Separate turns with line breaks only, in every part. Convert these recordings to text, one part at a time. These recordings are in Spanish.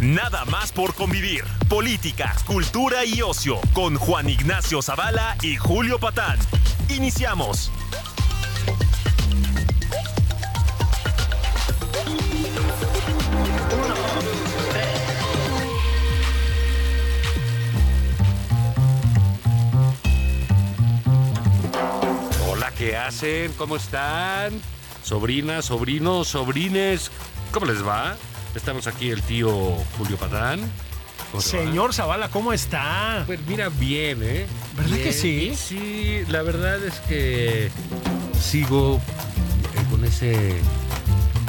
Nada más por convivir. Política, cultura y ocio con Juan Ignacio Zavala y Julio Patán. Iniciamos.
Hola, ¿qué hacen? ¿Cómo están? Sobrinas, sobrinos, sobrines, ¿cómo les va? Estamos aquí el tío Julio Patán. ¿Cómo te va?
Señor Zavala, ¿cómo está?
Pues mira, bien, ¿eh?
¿Verdad que
Bien.
sí?
Sí, la verdad es que sigo eh, con ese...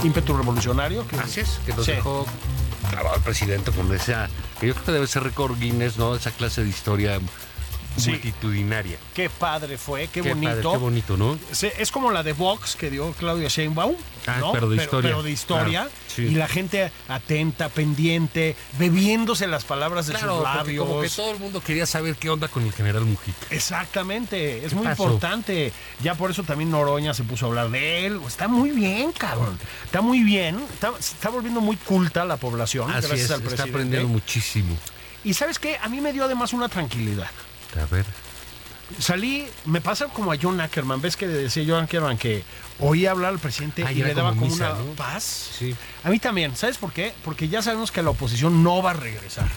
Ímpetu revolucionario. que-
Así es, que nos
Sí.
dejó clavado el presidente con esa... que yo creo que debe ser récord Guinness, ¿no? Esa clase de historia
Sí.
multitudinaria.
Qué padre fue, qué,
Qué
bonito.
padre, qué bonito, ¿no?
Se- es como la de Vox que dio Claudia Sheinbaum,
Ah,
¿no?
pero de historia.
pero de historia.
Claro, sí.
Y la gente atenta, pendiente, bebiéndose las palabras de
Claro,
sus
porque como que
labios.
todo el mundo quería saber qué onda con el general Mujica.
Exactamente, es
¿Qué
muy
pasó?
importante. Ya por eso también Noroña se puso a hablar de él. Está muy bien, cabrón. Está muy bien. Está, se está volviendo muy culta la población.
Así
gracias
es,
al presidente.
está aprendiendo muchísimo.
Y sabes qué, a mí me dio además una tranquilidad.
A ver.
Salí, me pasa como a John Ackerman, ves que decía John Ackerman que oía hablar al presidente
Ah,
y
era
le daba
como
como
misa,
una
¿no?
paz.
Sí.
A mí también, ¿sabes por qué? Porque ya sabemos que la oposición no va a regresar.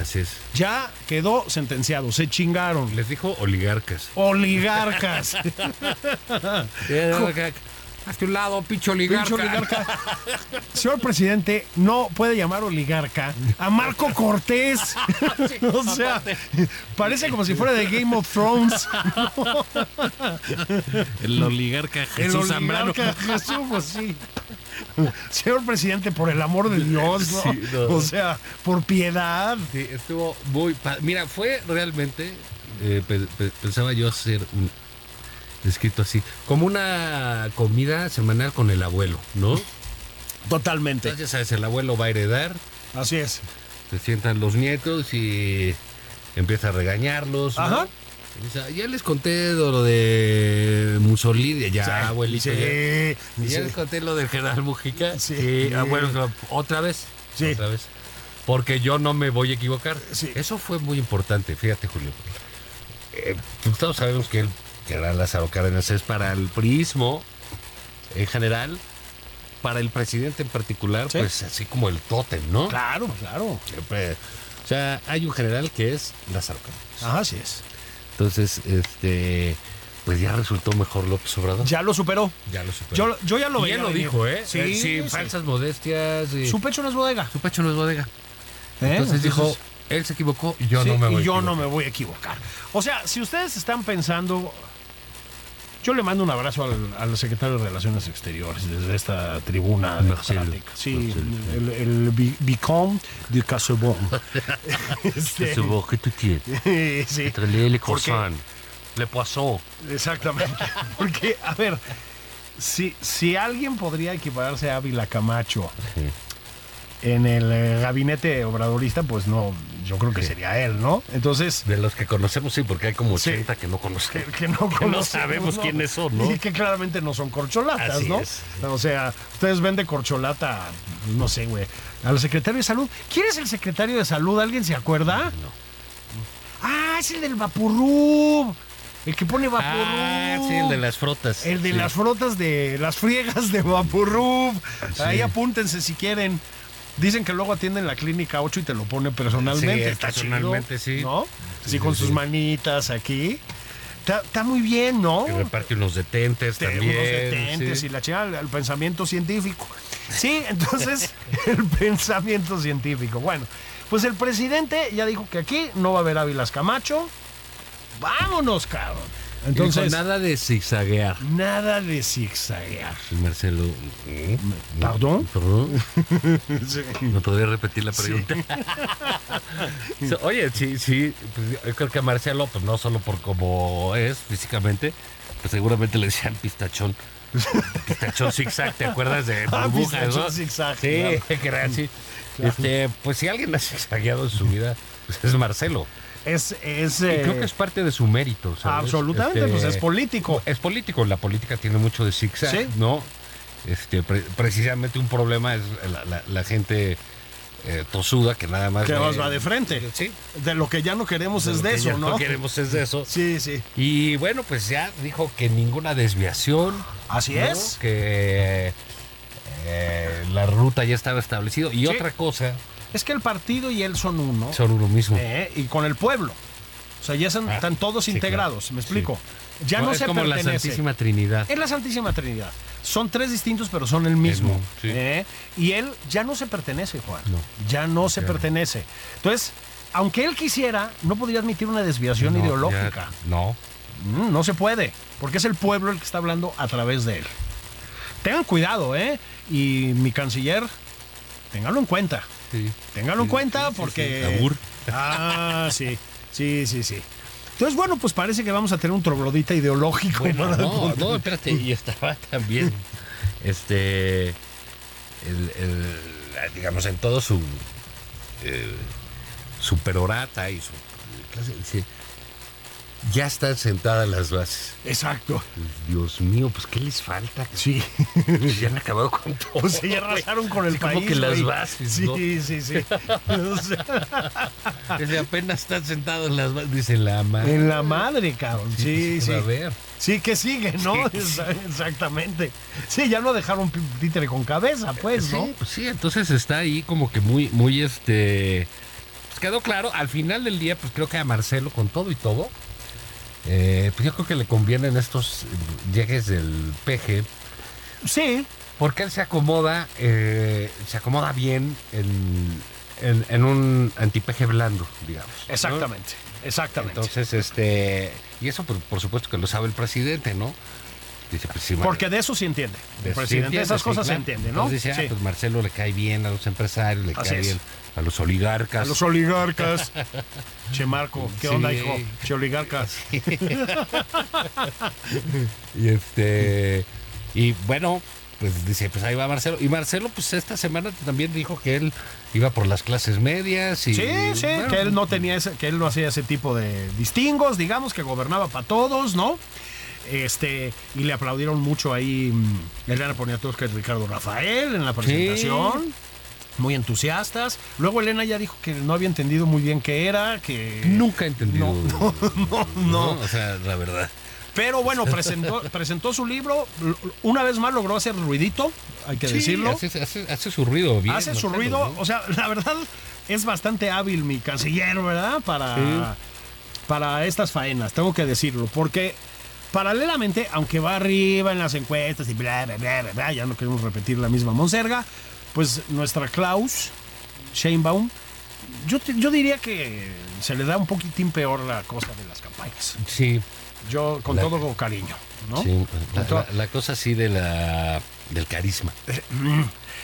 Así es.
Ya quedó sentenciado, se chingaron.
Les dijo oligarcas.
Oligarcas.
Hazte un lado, pinche oligarca.
Pinche oligarca. Señor presidente, no puede llamar oligarca a Marco Cortés. o sea, parece como si fuera de Game of Thrones.
El oligarca Jesús Zambrano.
oligarca Jesús, pues sí. Señor presidente, por el amor de Dios, ¿no?
Sí, no.
O sea, por piedad.
Sí, estuvo muy... pa- Mira, fue realmente... eh, pe- pe- pensaba yo hacer un... Escrito así. Como una comida semanal con el abuelo, ¿no?
Totalmente.
Entonces, ya sabes, el abuelo va a heredar.
Así es.
se sientan los nietos y empieza a regañarlos. ¿no?
Ajá.
Y dice, "Ah, ya les conté lo lo de Mussolini, ya, abuelito.
Sí,
ya. Y
sí.
ya les conté lo del general Mujica.
Sí.
abuelo, otra vez.
Sí.
Otra vez. Porque yo no me voy a equivocar.
Sí.
Eso fue muy importante, fíjate, Julio. Eh, pues todos sabemos que el general Lázaro Cárdenas es para el prismo en general, para el presidente en particular,
Sí.
pues así como el tótem, ¿no?
Claro, claro.
Siempre. O sea, hay un general que es Lázaro Cárdenas.
Ajá, así es.
Entonces, este, pues ya resultó mejor López Obrador.
Ya lo superó.
Ya lo superó.
Yo, yo ya lo
Y
veía.
él lo
venir.
dijo, ¿eh?
Sí,
Eh,
sí.
Sin falsas modestias. y-
Su pecho no es bodega.
Su pecho no es bodega.
¿eh?
Entonces, dijo, él se equivocó y yo
sí,
no me voy.
y
a
yo no
equivocar".
me voy a equivocar. O sea, si ustedes están pensando. Yo le mando un abrazo al, al secretario de Relaciones Exteriores desde esta tribuna
Marcelo.
democrática. Sí, el, el vi- Vicomte de Casabon.
Se equivocó, ¿qué tú quieres?
sí,
Entre le
Porque-
croissant, le poisson.
exactamente. Porque, a ver, si, si alguien podría equipararse a Ávila Camacho en el eh, gabinete obradorista, pues no, yo creo que sería él, ¿no? Entonces,
De los que conocemos, sí, porque hay como
Sí.
80 que no conozco.
que, que no
no
conocemos,
sabemos quiénes son, ¿no?
Y que claramente no son corcholatas,
Así
¿no?
es.
O sea, ustedes venden corcholata, no sé, güey, al secretario de salud. ¿Quién es el secretario de salud? ¿Alguien se acuerda?
No.
Ah, es el del Vaporub. El que pone Vaporub.
Ah, sí, el de las frotas.
El de
Sí.
las frotas de las friegas de Vaporub. Ahí apúntense si quieren. Dicen que luego atienden la clínica 8 y te lo pone personalmente.
Sí,
está
personalmente,
chido,
sí.
¿No?
Sí,
Sí, con
sí,
sus
sí.
manitas aquí. Está, está muy bien, ¿no?
Que reparte unos detentes
Este,
también.
unos detentes
sí.
y la chingada, el pensamiento científico. Sí, entonces, el pensamiento científico. Bueno, pues el presidente ya dijo que aquí no va a haber Ávilas Camacho. Vámonos, cabrón. Entonces,
Dijo,
nada,
nada de zigzaguear.
de zigzaguear.
Y Marcelo. ¿eh?
¿Pardon?
¿Perdón?
Sí.
¿Me podría repetir la pregunta? So, Oye, sí, sí. pues, yo creo que a Marcelo, pues no solo por cómo es físicamente, pues seguramente le decían pistachón. Pistachón zigzag, ¿te acuerdas de
Ah,
burbujas,
pistachón
no?
zigzag,
Sí,
Mm,
que era así. Este, pues si alguien ha zigzagueado en su vida, pues es Marcelo.
Es, es,
Y creo
eh,
que es parte de su mérito. ¿sabes?
absolutamente,
Este,
pues es político.
es político, la política tiene mucho de zigzag,
Sí.
¿no? Este, pre- precisamente un problema es la, la- la gente eh, tosuda que nada más...
Que
le-
nos va de frente.
Sí.
De lo que ya no queremos es
Lo
de
que ya
eso, ¿no?
queremos es de eso.
Sí, sí.
Y bueno, pues ya dijo que ninguna desviación.
Así
¿no?
es.
Que eh, la ruta ya estaba establecida. Y
Sí.
otra cosa,
Es que el partido y él son uno.
son uno mismo.
¿eh? Y con el pueblo. O sea, ya son-
Ah,
están todos
sí,
integrados,
claro.
¿me explico? Ya no,
es
se
como la
pertenece.
Santísima Trinidad.
Es la Santísima Trinidad. Son tres distintos, pero son el mismo.
mismo, sí.
¿eh? Y él ya no se pertenece, Juan.
No.
Ya no se pertenece. Entonces, aunque él quisiera, no podría admitir una desviación
No, ya-
ideológica.
no.
Mm, no se puede, porque es el pueblo el que está hablando a través de él. Tengan cuidado, ¿eh? Y mi canciller, téngalo en cuenta.
Sí.
Téngalo en cuenta porque...
Abur.
Ah, sí, sí, sí, sí. Entonces, bueno, pues parece que vamos a tener un troglodita ideológico.
Bueno,
para-
no, no, espérate, y estaba también, este, el- el- digamos, en todo su, eh, su perorata y su clase, dice, ya están sentadas las bases.
Exacto.
Dios mío, pues, ¿qué les falta? Pues,
Sí.
Ya han acabado con todo.
Pues se ya arrasaron con el
Sí,
país.
como que las
güey.
bases,
Sí,
¿no?
sí, sí. O sea,
Desde apenas están sentadas las bases, dice la madre.
en la madre, cabrón. Sí, sí.
pues, A ver.
Sí, que sigue, ¿no? Esa- Exactamente. Sí, ya no dejaron pi- títere con cabeza, pues, ¿no?
Sí, pues sí, entonces está ahí como que muy, muy este. Pues quedó claro, al final del día, pues creo que a Marcelo, con todo y todo, eh, pues yo creo que le convienen estos eh, llegues del peje,
Sí,
porque él se acomoda, eh, se acomoda bien en, en, en un antipeje blando, digamos. ¿no?
exactamente. Exactamente.
Entonces, este. Y eso, por, por supuesto, que lo sabe el presidente, ¿no? Dice, pues, sí, Mar-
Porque de eso sí entiende.
de-
El
sí
presidente,
entiende,
esas
sí,
cosas se
claro.
entiende, ¿no?
Entonces dice, ah,
Sí.
pues Marcelo le cae bien a los empresarios, le
Así
cae
es.
bien a los oligarcas.
A los oligarcas. Che Marco, ¿qué
pues, Sí.
onda, hijo? Che oligarcas.
y este y bueno, pues dice, pues ahí va Marcelo. Y Marcelo, pues esta semana también dijo que él iba por las clases medias y
Sí, sí,
bueno,
que él no tenía ese, que él no hacía ese tipo de distingos, digamos, que gobernaba para todos, ¿no? Este, y le aplaudieron mucho ahí mm, Elena Poniatowska y Ricardo Rafael en la presentación. Muy entusiastas. Luego Elena ya dijo que no había entendido muy bien qué era, que.
nunca he entendido.
No, no, no, no.
O sea, la verdad.
Pero bueno, presentó, presentó su libro. l- Una vez más logró hacer ruidito, hay que
Sí,
decirlo.
Hace, hace- hace su ruido bien.
hace su
Marcelo,
ruido,
¿no?
o sea, la verdad es bastante hábil mi canciller, ¿verdad? Para, para estas faenas, tengo que decirlo, porque paralelamente, aunque va arriba en las encuestas y bla, bla, bla, bla, bla, ya no queremos repetir la misma monserga, pues nuestra Klaus Sheinbaum, yo, te- yo diría que se le da un poquitín peor la cosa de las campañas.
Sí,
Yo con
La-
todo cariño, ¿no?
sí, la,
Con todo-
la- la cosa así de la del carisma.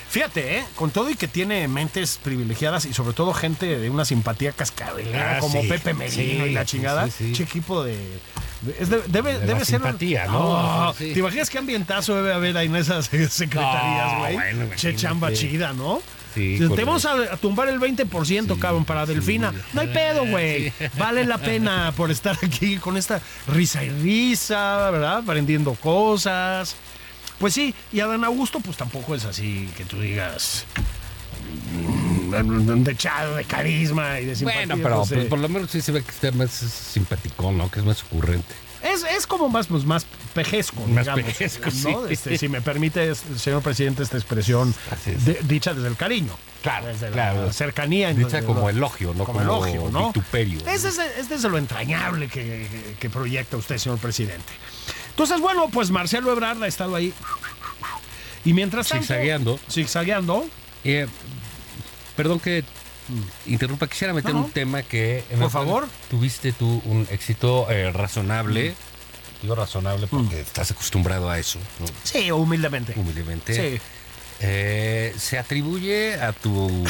Fíjate, ¿eh? con todo y que tiene mentes privilegiadas y sobre todo gente de una simpatía cascabelera
Ah,
como
sí,
Pepe Merino
sí,
y la
sí,
chingada,
sí, sí.
che equipo de... de- es de- debe
De la
debe ser...
simpatía, ¿no?
Oh,
Sí.
¿Te imaginas qué ambientazo debe haber ahí en esas eh, secretarías,
No,
güey?
bueno, imagínate.
che chamba chida, ¿no?
Sí,
Te-
correcto.
te vamos a, a tumbar el 20%, cabrón, para Delfina. No hay pedo, güey. Vale la pena por estar aquí con esta risa y risa, ¿verdad? Aprendiendo cosas. Pues sí, y Adán Augusto, pues tampoco es así que tú digas. mm, De chado, de carisma y de simpatía.
Bueno, pero
pues,
pues,
eh,
por lo menos sí se ve que está más simpaticón, ¿no? Que es más ocurrente.
es, es como más, pues, más pejesco,
Más
digamos.
pejesco,
¿no?
sí.
Este, si me permite, es- señor presidente, esta expresión
Así es.
de- dicha desde el cariño.
Claro,
desde la
claro.
cercanía.
Dicha
desde
como
la-
elogio, ¿no?
como elogio, ¿no?
vituperio.
Es desde, es desde lo entrañable que, que- que proyecta usted, señor presidente. Entonces, bueno, pues Marcelo Ebrard ha estado ahí. Y mientras tanto.
Zigzagueando.
Zigzagueando.
Eh, perdón que interrumpa, quisiera meter
No, no.
un tema que... eh, en
Por
el cual
favor.
Tuviste tú un éxito eh, razonable
Mm.
Digo razonable porque estás acostumbrado a eso, ¿no?
Sí, humildemente.
humildemente.
Sí.
Eh, se atribuye a tu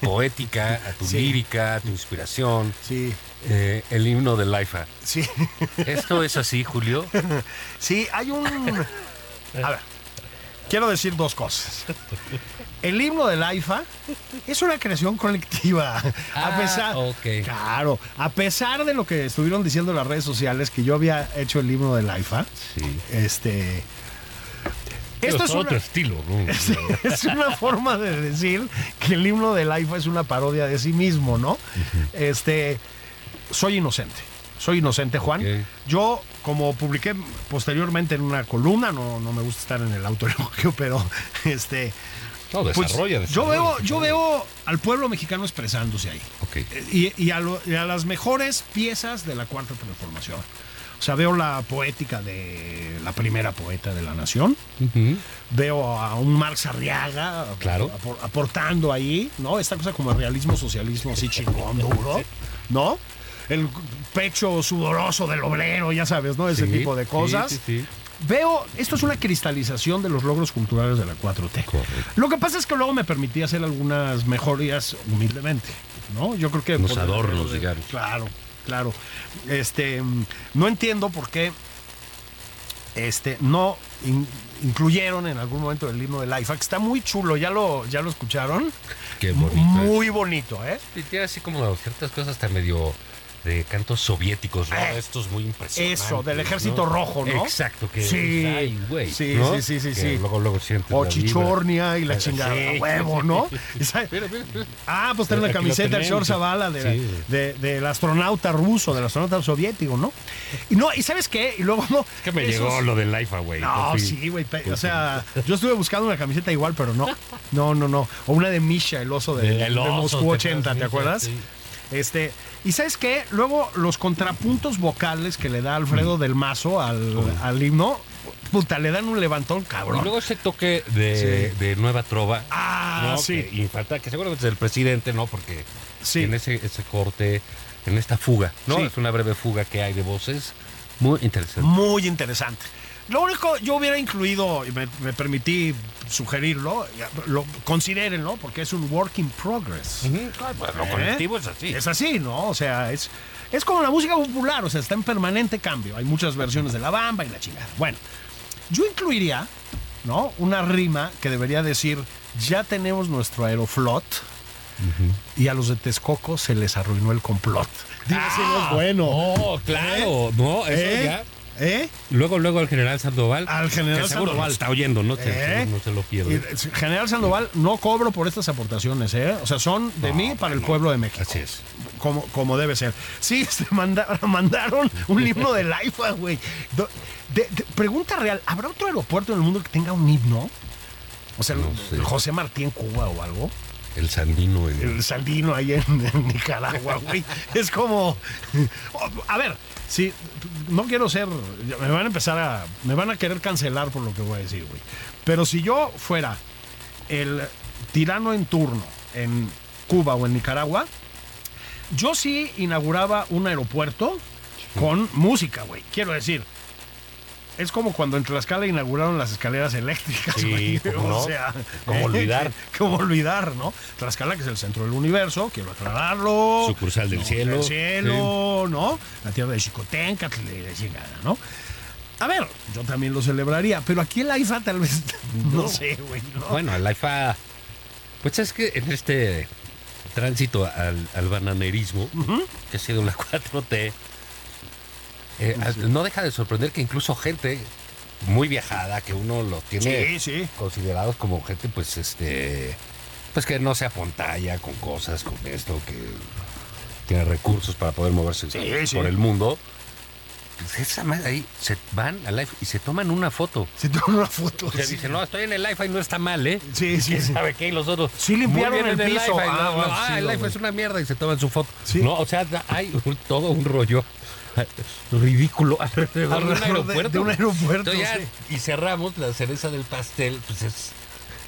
poética, a tu
Sí.
lírica, a tu inspiración,
Sí.
eh, el himno del Laifa.
Sí.
¿Esto es así, Julio?
Sí, hay un. A ver, quiero decir dos cosas. El himno del AIFA es una creación colectiva.
Ah,
a pesar.
ok.
Claro, a pesar de lo que estuvieron diciendo en las redes sociales que yo había hecho el himno del AIFA,
Sí.
este.
Digo,
Esto es
todo tu
una,
estilo, ¿no?
es una forma de decir que el himno del AIFA es una parodia de sí mismo, ¿no? Este, soy inocente. Soy inocente, Juan.
Ok.
Yo, como publiqué posteriormente en una columna, no, no me gusta estar en el autoelogio, pero este.
No,
pues,
desarrolla,
yo
desarrolla,
veo, yo
desarrolla.
veo al pueblo mexicano expresándose ahí.
Ok.
Y, y a lo- y a las mejores piezas de la cuarta transformación. O sea, veo la poética de la primera poeta de la nación
Ujú.
veo a un Marx Arriaga
Claro.
apor- aportando ahí, ¿no? Esta cosa como el realismo socialismo así chingón duro, ¿no? El pecho sudoroso del obrero, ya sabes, ¿no? Ese
Sí,
tipo de
sí,
cosas.
sí, sí.
Veo, esto es una cristalización de los logros culturales de la 4T.
Correcto.
Lo que pasa es que luego me permití hacer algunas mejorías humildemente, ¿no? Yo creo que...
Los
por-
adornos, digamos.
Claro, claro. Este, mm, no entiendo por qué este, no in- incluyeron en algún momento el himno del IFA, que está muy chulo, ya lo, ya lo escucharon.
Qué bonito.
Muy bonito, ¿eh?
Y tiene así como ciertas cosas hasta medio de cantos soviéticos, ¿no?
Eh,
Estos muy impresionantes.
eso, del Ejército Rojo, ¿no?
Exacto, que
Sí.
ay, güey,
Sí,
¿no?
sí, sí, sí,
Que
sí.
Luego, luego sientes
O
la
chichornia y la
vibra.
chingada,
Sí.
huevo, ¿no? Esa-
Mira, mira, mira.
Ah, pues trae la
Aquí lo
camiseta del
tenemos.
señor Zavala de la-
Sí.
de- del astronauta ruso, del astronauta soviético, ¿no? Y no, ¿y sabes qué? Y luego no.
Es que me
esos-
llegó lo del Life Away.
No, sí, güey. pe- O sea, yo estuve buscando una camiseta igual, pero no. No, no, no. O una de Misha, el oso de,
Del
de
oso,
Moscú
¿te
80, ¿te acuerdas?
acuerdas, Misha?
Este, y sabes qué? Luego los contrapuntos vocales que le da
Mm.
Alfredo del Mazo al, al himno, puta, le dan un levantón
Y
cabrón.
luego ese toque de, de Nueva Trova.
Ah,
¿no?
sí.
Que, infanta- que seguramente es del presidente, ¿no? Porque
Sí.
en ese, ese corte, en esta fuga, ¿no?
Sí.
Es una breve fuga que hay de voces. Muy interesante.
Muy interesante. Lo único, yo hubiera incluido, y me, me permití sugerirlo, ya, lo, considérenlo, porque es un work in progress.
Pues lo
¿Eh?
colectivo es así.
Es así, ¿no? O sea, es, es como la música popular, o sea, está en permanente cambio. Hay muchas versiones de la bamba y la chingada. Bueno, yo incluiría, ¿no? Una rima que debería decir, ya tenemos nuestro aeroflot y a los de Texcoco se les arruinó el complot. Dime si no es bueno.
Ah, No, claro. No, eso
¿Eh?
ya.
¿Eh?
Luego, luego al general Sandoval.
Al general
que seguro
Sandoval.
nos Está oyendo, ¿no?
¿Eh?
Se- No se lo pierde.
Y, eh, General Sandoval, no cobro por estas aportaciones, ¿eh? O sea, son de mí para el pueblo de México.
Así es.
Como, como debe ser. Sí, este, manda- mandaron un himno del IFA, güey. Do- de- de- pregunta real, ¿habrá otro aeropuerto en el mundo que tenga un himno? O sea,
No sé.
José Martí en Cuba o algo.
El Sandino. en-
El Sandino ahí en, en Nicaragua, güey. Es como... A ver, sí, no quiero ser... Me van a empezar a... Me van a querer cancelar por lo que voy a decir, güey. Pero si yo fuera el tirano en turno en Cuba o en Nicaragua, yo sí inauguraba un aeropuerto con música, güey. Quiero decir... Es como cuando en Tlaxcala inauguraron las escaleras eléctricas.
Sí,
güey.
cómo no.
O sea,
Cómo olvidar.
¿Cómo olvidar, no? Tlaxcala, que es el centro del universo, quiero aclararlo.
Sucursal del
No,
cielo.
del cielo, ¿no? La tierra de Chicotenca, la chingada, ¿no? A ver, yo también lo celebraría, pero aquí en la IFA tal vez. No, sé, güey, ¿no?
Bueno, el IFA. Pues es que en este tránsito al, al bananerismo, que ha sido la 4T, eh, no deja de sorprender que incluso gente muy viajada, que uno lo tiene.
sí, sí.
considerados como gente, pues, este, pues que no se apontalla con cosas, con esto, que tiene recursos para poder moverse
Sí, sí.
por el mundo. Pues esa madre ahí se van al live y se toman una foto.
Se tomó una foto.
O sea,
Pues sí.
dicen, no, estoy en el live y no está mal, ¿eh?
Sí, sí,
¿Quién
sí.
sabe qué? Y los otros.
Sí limpiaron
muy bien
el
en
piso.
live, y
Ah,
no, no,
sí,
ah, el
lo
live
bueno.
es una mierda y se toman su foto.
Sí.
No, o sea, da- hay un- todo un rollo ridículo alrededor de un
Alrededor de-
aeropuerto.
de un aeropuerto,
Entonces ya- Y cerramos la cereza del pastel, pues es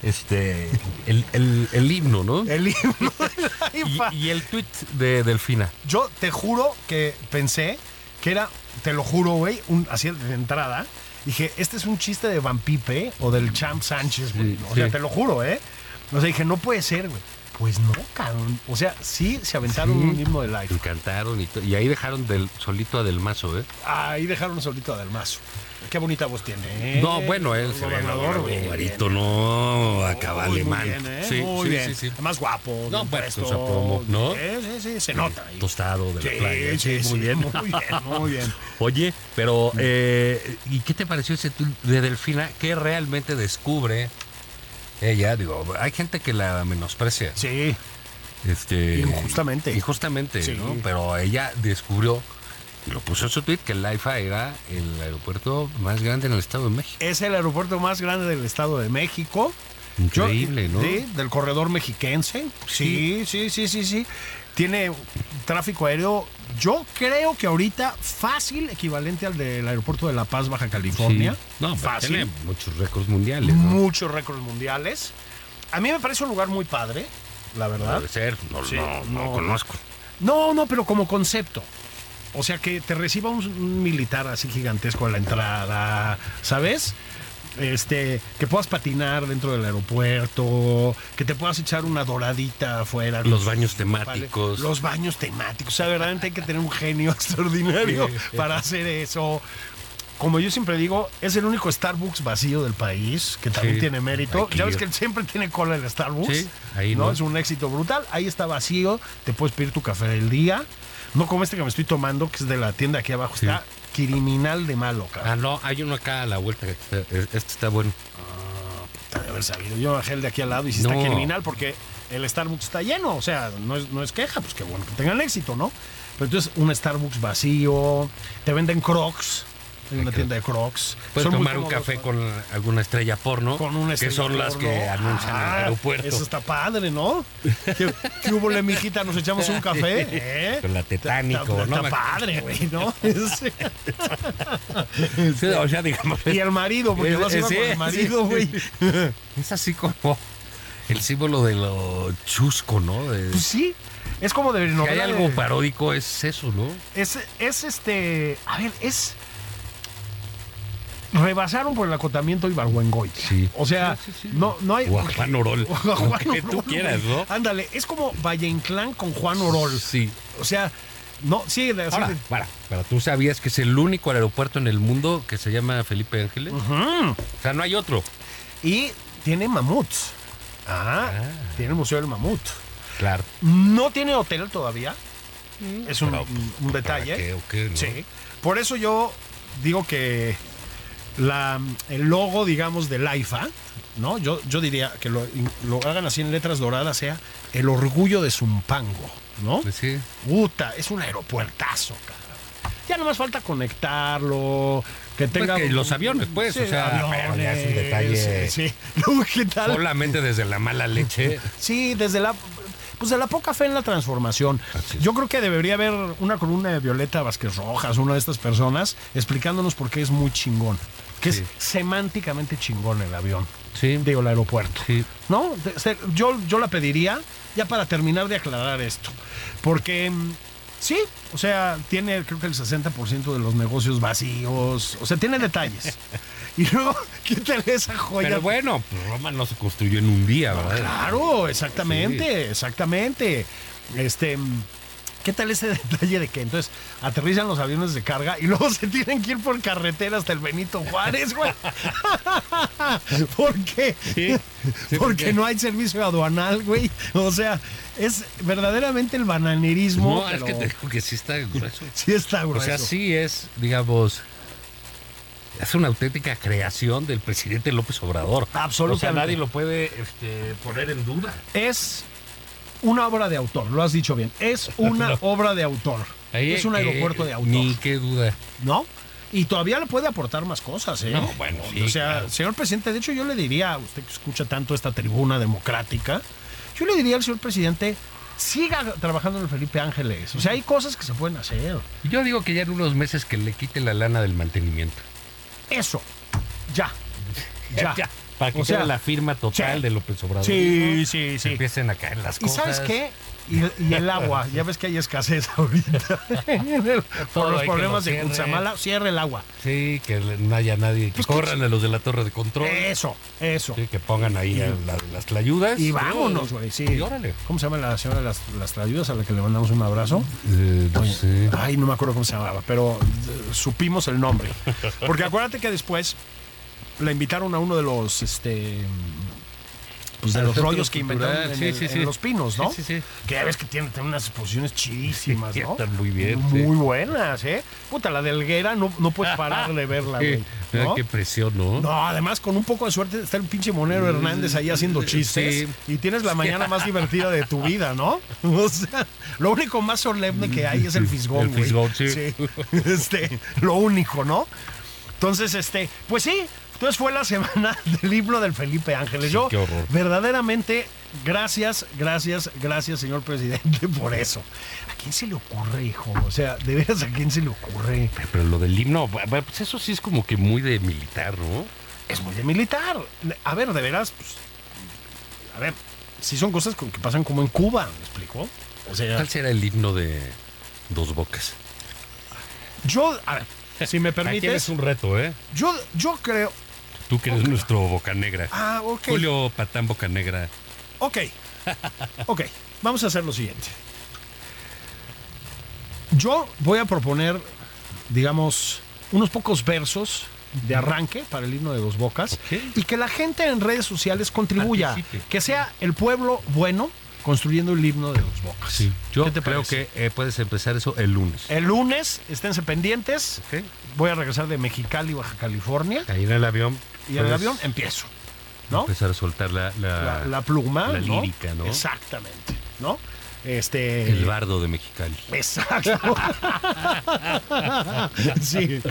este el, el- el himno, ¿no?
El himno de la
Y,
IFA.
y el tweet de Delfina.
Yo te juro que pensé que era te lo juro, güey, un- así de entrada, dije, este es un chiste de Van Pipe o del Champ Sánchez, güey.
Sí,
o sea,
sí.
te lo juro, ¿eh? O sea, dije, no puede ser, güey. Pues no, cabrón. O sea, sí se aventaron un mismo de live.
Encantaron y, to- y ahí dejaron del solito a Del Mazo, ¿eh?
Ahí dejaron solito a Del Mazo. Qué bonita voz tiene. ¿eh?
No, bueno, él se ve
Gobernador,
un
güey.
barítono, acaba
Muy,
alemán.
Muy bien, ¿eh?
Sí,
Muy
sí,
bien.
sí, sí.
Más guapo.
No,
bien
bueno,
puesto.
o sea, como, ¿no?
Sí, sí, sí, se nota. Y-
Tostado de la
Sí,
playa.
sí, sí,
muy bien.
Muy bien, muy bien.
Oye, pero eh, ¿y qué te pareció ese tuit de Delfina? ¿Qué realmente descubre ella? Digo, hay gente que la menosprecia.
Sí.
Este,
Injustamente.
Injustamente,
Sí.
¿no? Pero ella descubrió y lo puso en su tweet que el AIFA era el aeropuerto más grande en el Estado de México.
Es el aeropuerto más grande del Estado de México. Yo-
Increíble, ¿no?
Sí, del corredor mexiquense. Sí, sí, sí, sí, sí. Tiene tráfico aéreo, yo creo que ahorita fácil, equivalente al del aeropuerto de La Paz, Baja California.
Sí. No, pero
fácil.
tiene muchos récords mundiales. ¿no?
Muchos récords mundiales. A mí me parece un lugar muy padre, la verdad.
Puede ser, no,
Sí,
no, no
no.
conozco.
No, no, pero como concepto. O sea, que te reciba un, un militar así gigantesco a la entrada, ¿sabes? Este, que puedas patinar dentro del aeropuerto, que te puedas echar una doradita afuera.
Los baños
Vale,
temáticos.
Los baños temáticos. O sea, verdaderamente hay que tener un genio extraordinario para hacer eso. Como yo siempre digo, es el único Starbucks vacío del país, que también
Sí,
tiene
hay
mérito.
que
Ya ves
ir.
que siempre tiene cola el Starbucks.
Sí, ahí
¿no?
no.
Es un éxito brutal. Ahí está vacío, te puedes pedir tu café del día. No como este que me estoy tomando, que es de la tienda aquí abajo.
Sí.
Está criminal de malo,
Ah,
cabrón.
no, hay uno acá a la vuelta. que está- Este está bueno.
De haber sabido. Yo bajé el de aquí al lado y sí
Ah, No.
está criminal porque el Starbucks está lleno. O sea, no es, no es queja, pues qué bueno que tengan éxito, ¿no? Pero entonces un Starbucks vacío, te venden Crocs, hay una tienda de Crocs.
Puedes
Son muy
tomar un
cómodos,
café
¿no?
con alguna estrella porno,
con una Ah,
que son las que anuncian en el aeropuerto.
Eso está padre, ¿no? ¿Qué, qué hubo, le, mijita? ¿Nos echamos un café? ¿Eh?
Con la Titanic,
Está-
¿o no?
Está, está padre, güey, ¿no?
Sí, o sea, digamos,
y el marido, porque
Es-
vas a ir
es-
con el marido, güey.
es así como el símbolo de lo chusco, ¿no? De-
Pues sí, es como de
que hay
novela
algo
de-
paródico, es eso, ¿no?
Es, es este. A ver, es. Rebasaron por el acotamiento Ibargüengoitia.
Sí.
O sea,
Sí, sí, sí.
no, no hay.
O a Juan Orol.
O a Juan
Lo que tú
Orol,
quieras,
güey.
¿no?
Ándale, es como Valle Inclán con Juan Orol.
Sí.
O sea, no, sí, de-
Ahora,
sí,
para, para, ¿tú sabías que es el único aeropuerto en el mundo que se llama Felipe Ángeles? O sea, no hay otro.
de- Y tiene mamuts. Ah, tiene el Museo del Mamut.
Claro.
No tiene hotel todavía. Es un, un detalle.
¿Para qué o qué, no?
Sí. Por eso yo digo que la, el logo, digamos, del AIFA, ¿no? Yo, yo diría que lo, lo hagan así en letras doradas, sea el orgullo de Zumpango, ¿no?
Pues sí.
Puta, es un aeropuertazo, cabrón. Ya nomás falta conectarlo, que
Pues
tenga...
que los aviones, pues, o sea, pero ya es un detalle.
Sí, sí. No, ¿qué tal?
Solamente desde la mala leche.
Sí, desde la pues de la poca fe en la transformación.
Así es.
Yo creo que debería haber una columna de Violeta Vázquez Rojas, una de estas personas, explicándonos por qué es muy chingón. Que
Sí.
es semánticamente chingón el avión.
Sí.
Digo, el aeropuerto.
Sí.
¿No? De- se- Yo, yo la pediría ya para terminar de aclarar esto. Porque mm, sí, o sea, tiene creo que el 60% de los negocios vacíos. O sea, tiene detalles. y luego, quítale esa joya.
Pero bueno, pues, Roma no se construyó en un día, ¿verdad?
Claro, exactamente, exactamente. Este, mm, ¿qué tal ese detalle de que entonces aterrizan los aviones de carga y luego se tienen que ir por carretera hasta el Benito Juárez, güey? ¿Por qué?
Sí, sí, ¿por
Porque
qué?
no hay servicio aduanal, güey. O sea, es verdaderamente el bananerismo.
No, es que
pero
te digo que sí está grueso.
Sí está
O
grueso.
sea, sí es, digamos, es una auténtica creación del presidente López Obrador.
Absolutamente.
O sea, nadie lo puede este, poner en duda.
Es una obra de autor, lo has dicho bien. Es una obra de autor.
Ahí
es un
que-
aeropuerto de autor.
Ni qué duda.
¿no? Y todavía le puede aportar más cosas, ¿eh?
No, bueno, sí,
O sea,
claro.
señor presidente, de hecho yo le diría, a usted que escucha tanto esta tribuna democrática, yo le diría al señor presidente, siga trabajando en el Felipe Ángeles. O sea, hay cosas que se pueden hacer.
Yo digo que ya en unos meses que le quite la lana del mantenimiento.
Eso, ya. Ya,
Ya, Para que
O
sea
sea,
la firma total
sí.
de López Obrador.
Sí, sí,
Se
sí.
empiecen a caer las
¿Y
cosas.
sabes qué? Y, y el agua, ya ves que hay escasez ahorita.
Todo
Por
hay
los
que
problemas
lo
de
cierren.
Cutzamala, cierra el agua.
Sí, que no haya nadie.
Pues
Que corran a los de la torre de control.
Eso, eso.
Sí, que pongan ahí a la- las tlayudas.
Y vámonos, güey, sí.
Y órale.
¿Cómo se llama la señora de las, las trayudas a la que le mandamos un abrazo?
Eh, no
Oye,
sé.
Ay, no me acuerdo cómo se llamaba, pero eh, supimos el nombre. Porque acuérdate que después la invitaron a uno de los este pues de
Al
los
centro
rollos que
cultural,
inventaron en,
sí,
el-
sí,
en
sí.
los pinos, ¿no?
Sí, sí, sí.
Que ya ves que tienen, tienen unas exposiciones chidísimas,
Sí,
¿no?
están muy bien,
Muy
sí.
buenas, ¿eh? Puta, la de Helguera no, no puedes parar de verla,
Sí,
güey.
mira
¿no?
Qué presión, Ah, ¿no? Mm.
No, además con un poco de suerte está el pinche Monero Hernández ahí haciendo chistes y tienes la mañana más divertida de tu vida, ¿no? O sea, lo único más solemne que hay es el fisgón,
Mm. El
güey.
fisgón, sí.
Este, lo único, ¿no? Entonces, este, pues sí, entonces fue la semana del libro del Felipe Ángeles.
Sí,
Yo
qué horror.
verdaderamente gracias, gracias, gracias, señor presidente, por eso. ¿A quién se le ocurre, hijo? O sea, de veras a quién se le ocurre?
Pero lo del himno, bu- bu- pues eso sí es como que muy de militar, ¿no?
es muy de militar. A ver, de veras, pues, a ver, si son cosas con- que pasan como en Cuba, ¿me explico? O sea,
¿Cuál será el himno de Dos Bocas?
yo, a ver, si me
es
permites,
un reto, ¿eh?
yo, yo creo,
Tú que eres nuestro Boca Negra.
ah, ok,
Julio Patán Boca Negra.
ok, ok, vamos a hacer lo siguiente. Yo voy a proponer, digamos, unos pocos versos de arranque para el himno de dos bocas
Ok.
y que la gente en redes sociales contribuya,
Participe.
que sea el pueblo bueno construyendo el himno de dos bocas.
Yo
¿Qué te
creo
parece?
que eh, puedes empezar eso el lunes.
El lunes, esténse pendientes.
Eh, ¿ok?
Voy a regresar de Mexicali, Baja California.
Ahí en el avión.
Y en el
puedes
avión empiezo. ¿No?
Empezar a soltar la, la-
La, la pluma.
Ah, la
¿no?
lírica, ¿no?
Exactamente. ¿No? Este.
El bardo de Mexicali.
eh, Exacto. sí.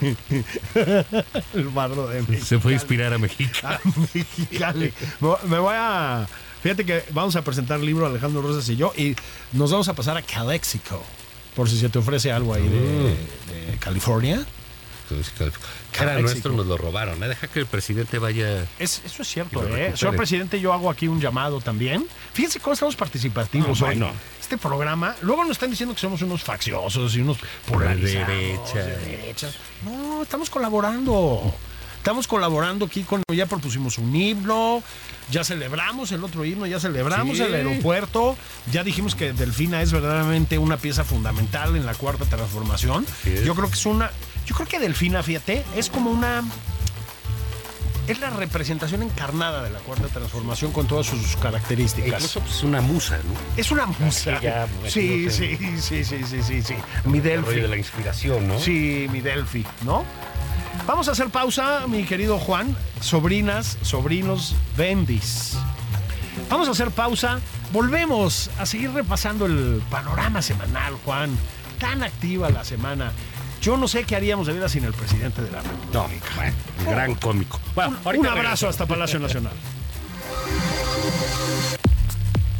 El barro de México.
Se fue a inspirar a México.
a Mexicali. Me- Me voy a. Fíjate que vamos a presentar el libro Alejandro Rosas y yo y nos vamos a pasar a Calexico. Por si se te ofrece algo ahí de, de California.
Que era
Caray,
nuestro,
sí.
nos lo robaron. ¿eh? Deja que el presidente vaya.
Es- eso es
Que
cierto,
lo
¿eh?
recupere.
Señor presidente, yo hago aquí un llamado también. Fíjense cómo estamos participativos
No,
hoy.
Ah, bueno.
Este programa, luego nos están diciendo que somos unos facciosos y unos polarizados.
derecha.
de derecha. No, estamos colaborando. Estamos colaborando aquí con... Ya propusimos un himno, ya celebramos el otro himno, ya celebramos
Sí.
el aeropuerto, ya dijimos que Delfina es verdaderamente una pieza fundamental en la cuarta transformación.
Así es.
Yo creo que es una... Yo creo que Delfina, fíjate, es como una es la representación encarnada de la cuarta transformación con todas sus características.
Incluso pues, una musa, ¿no?
Es una musa.
ya, me
Sí,
imagino
sí, sí, sí, sí, sí, sí. Mi
El
Delphi.
rollo de la inspiración, ¿no?
Sí, mi Delphi, ¿no? Vamos a hacer pausa, mi querido Juan. Sobrinas, sobrinos, bendis. Vamos a hacer pausa. Volvemos a seguir repasando el panorama semanal, Juan. Tan activa la semana. Yo no sé qué haríamos de vida sin el presidente de la República.
No, bueno, el gran cómico. Bueno, ahorita
Un
regresamos.
abrazo hasta Palacio Nacional.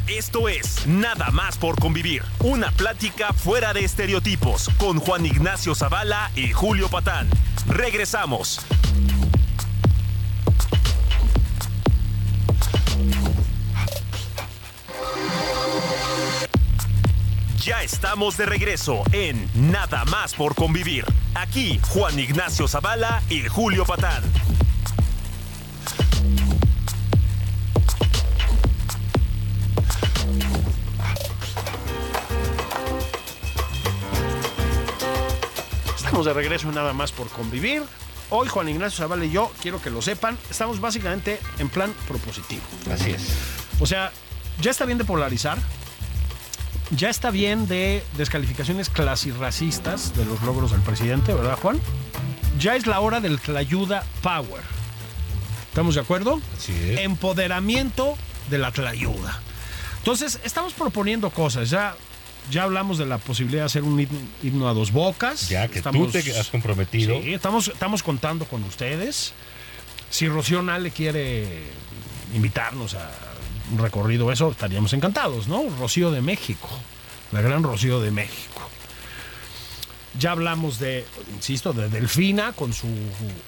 Esto es Nada más por convivir, una plática fuera de estereotipos con Juan Ignacio Zavala y Julio Patán. Regresamos. Ya estamos de regreso en Nada más por convivir. Aquí Juan Ignacio Zavala y Julio Patán.
Estamos de regreso en nada más por convivir. Hoy Juan Ignacio Zavala y yo, quiero que lo sepan, estamos básicamente en plan propositivo.
Así es.
O sea, ya está bien de polarizar, ya está bien de descalificaciones clasirracistas de los logros del presidente, ¿verdad Juan? Ya es la hora del Tlayuda Power. ¿Estamos de acuerdo?
Así es.
Empoderamiento de la Tlayuda. Entonces, estamos proponiendo cosas. Ya, ya hablamos de la posibilidad de hacer un himno, himno a dos bocas.
Ya que
Estamos-
tú te has comprometido.
Sí, estamos, estamos contando con ustedes. Si Rocío Nale quiere invitarnos a un recorrido, eso estaríamos encantados, ¿no? Rocío de México, la gran Rocío de México. Ya hablamos de, insisto, de Delfina con su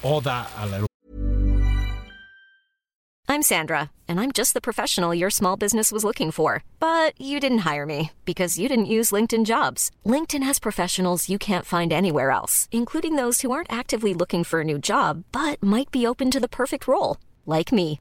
oda al aeropuerto.
I'm I'm Sandra, and I'm just the professional your small business was looking for. But you didn't hire me because you didn't use LinkedIn jobs. LinkedIn has professionals you can't find anywhere else, including those who aren't actively looking for a new job but might be open to the perfect role, like me.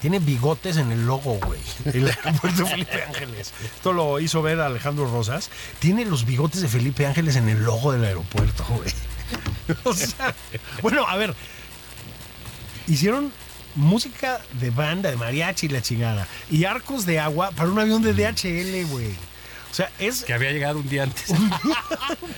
Tiene bigotes en el logo, güey. El aeropuerto Felipe Ángeles. Esto lo hizo ver a Alejandro Rosas. Tiene los bigotes de Felipe Ángeles en el logo del aeropuerto, güey. O sea, bueno, a ver. Hicieron música de banda, de mariachi, la chingada. Y arcos de agua para un avión de DHL, güey. O sea, es.
Que había llegado un día antes.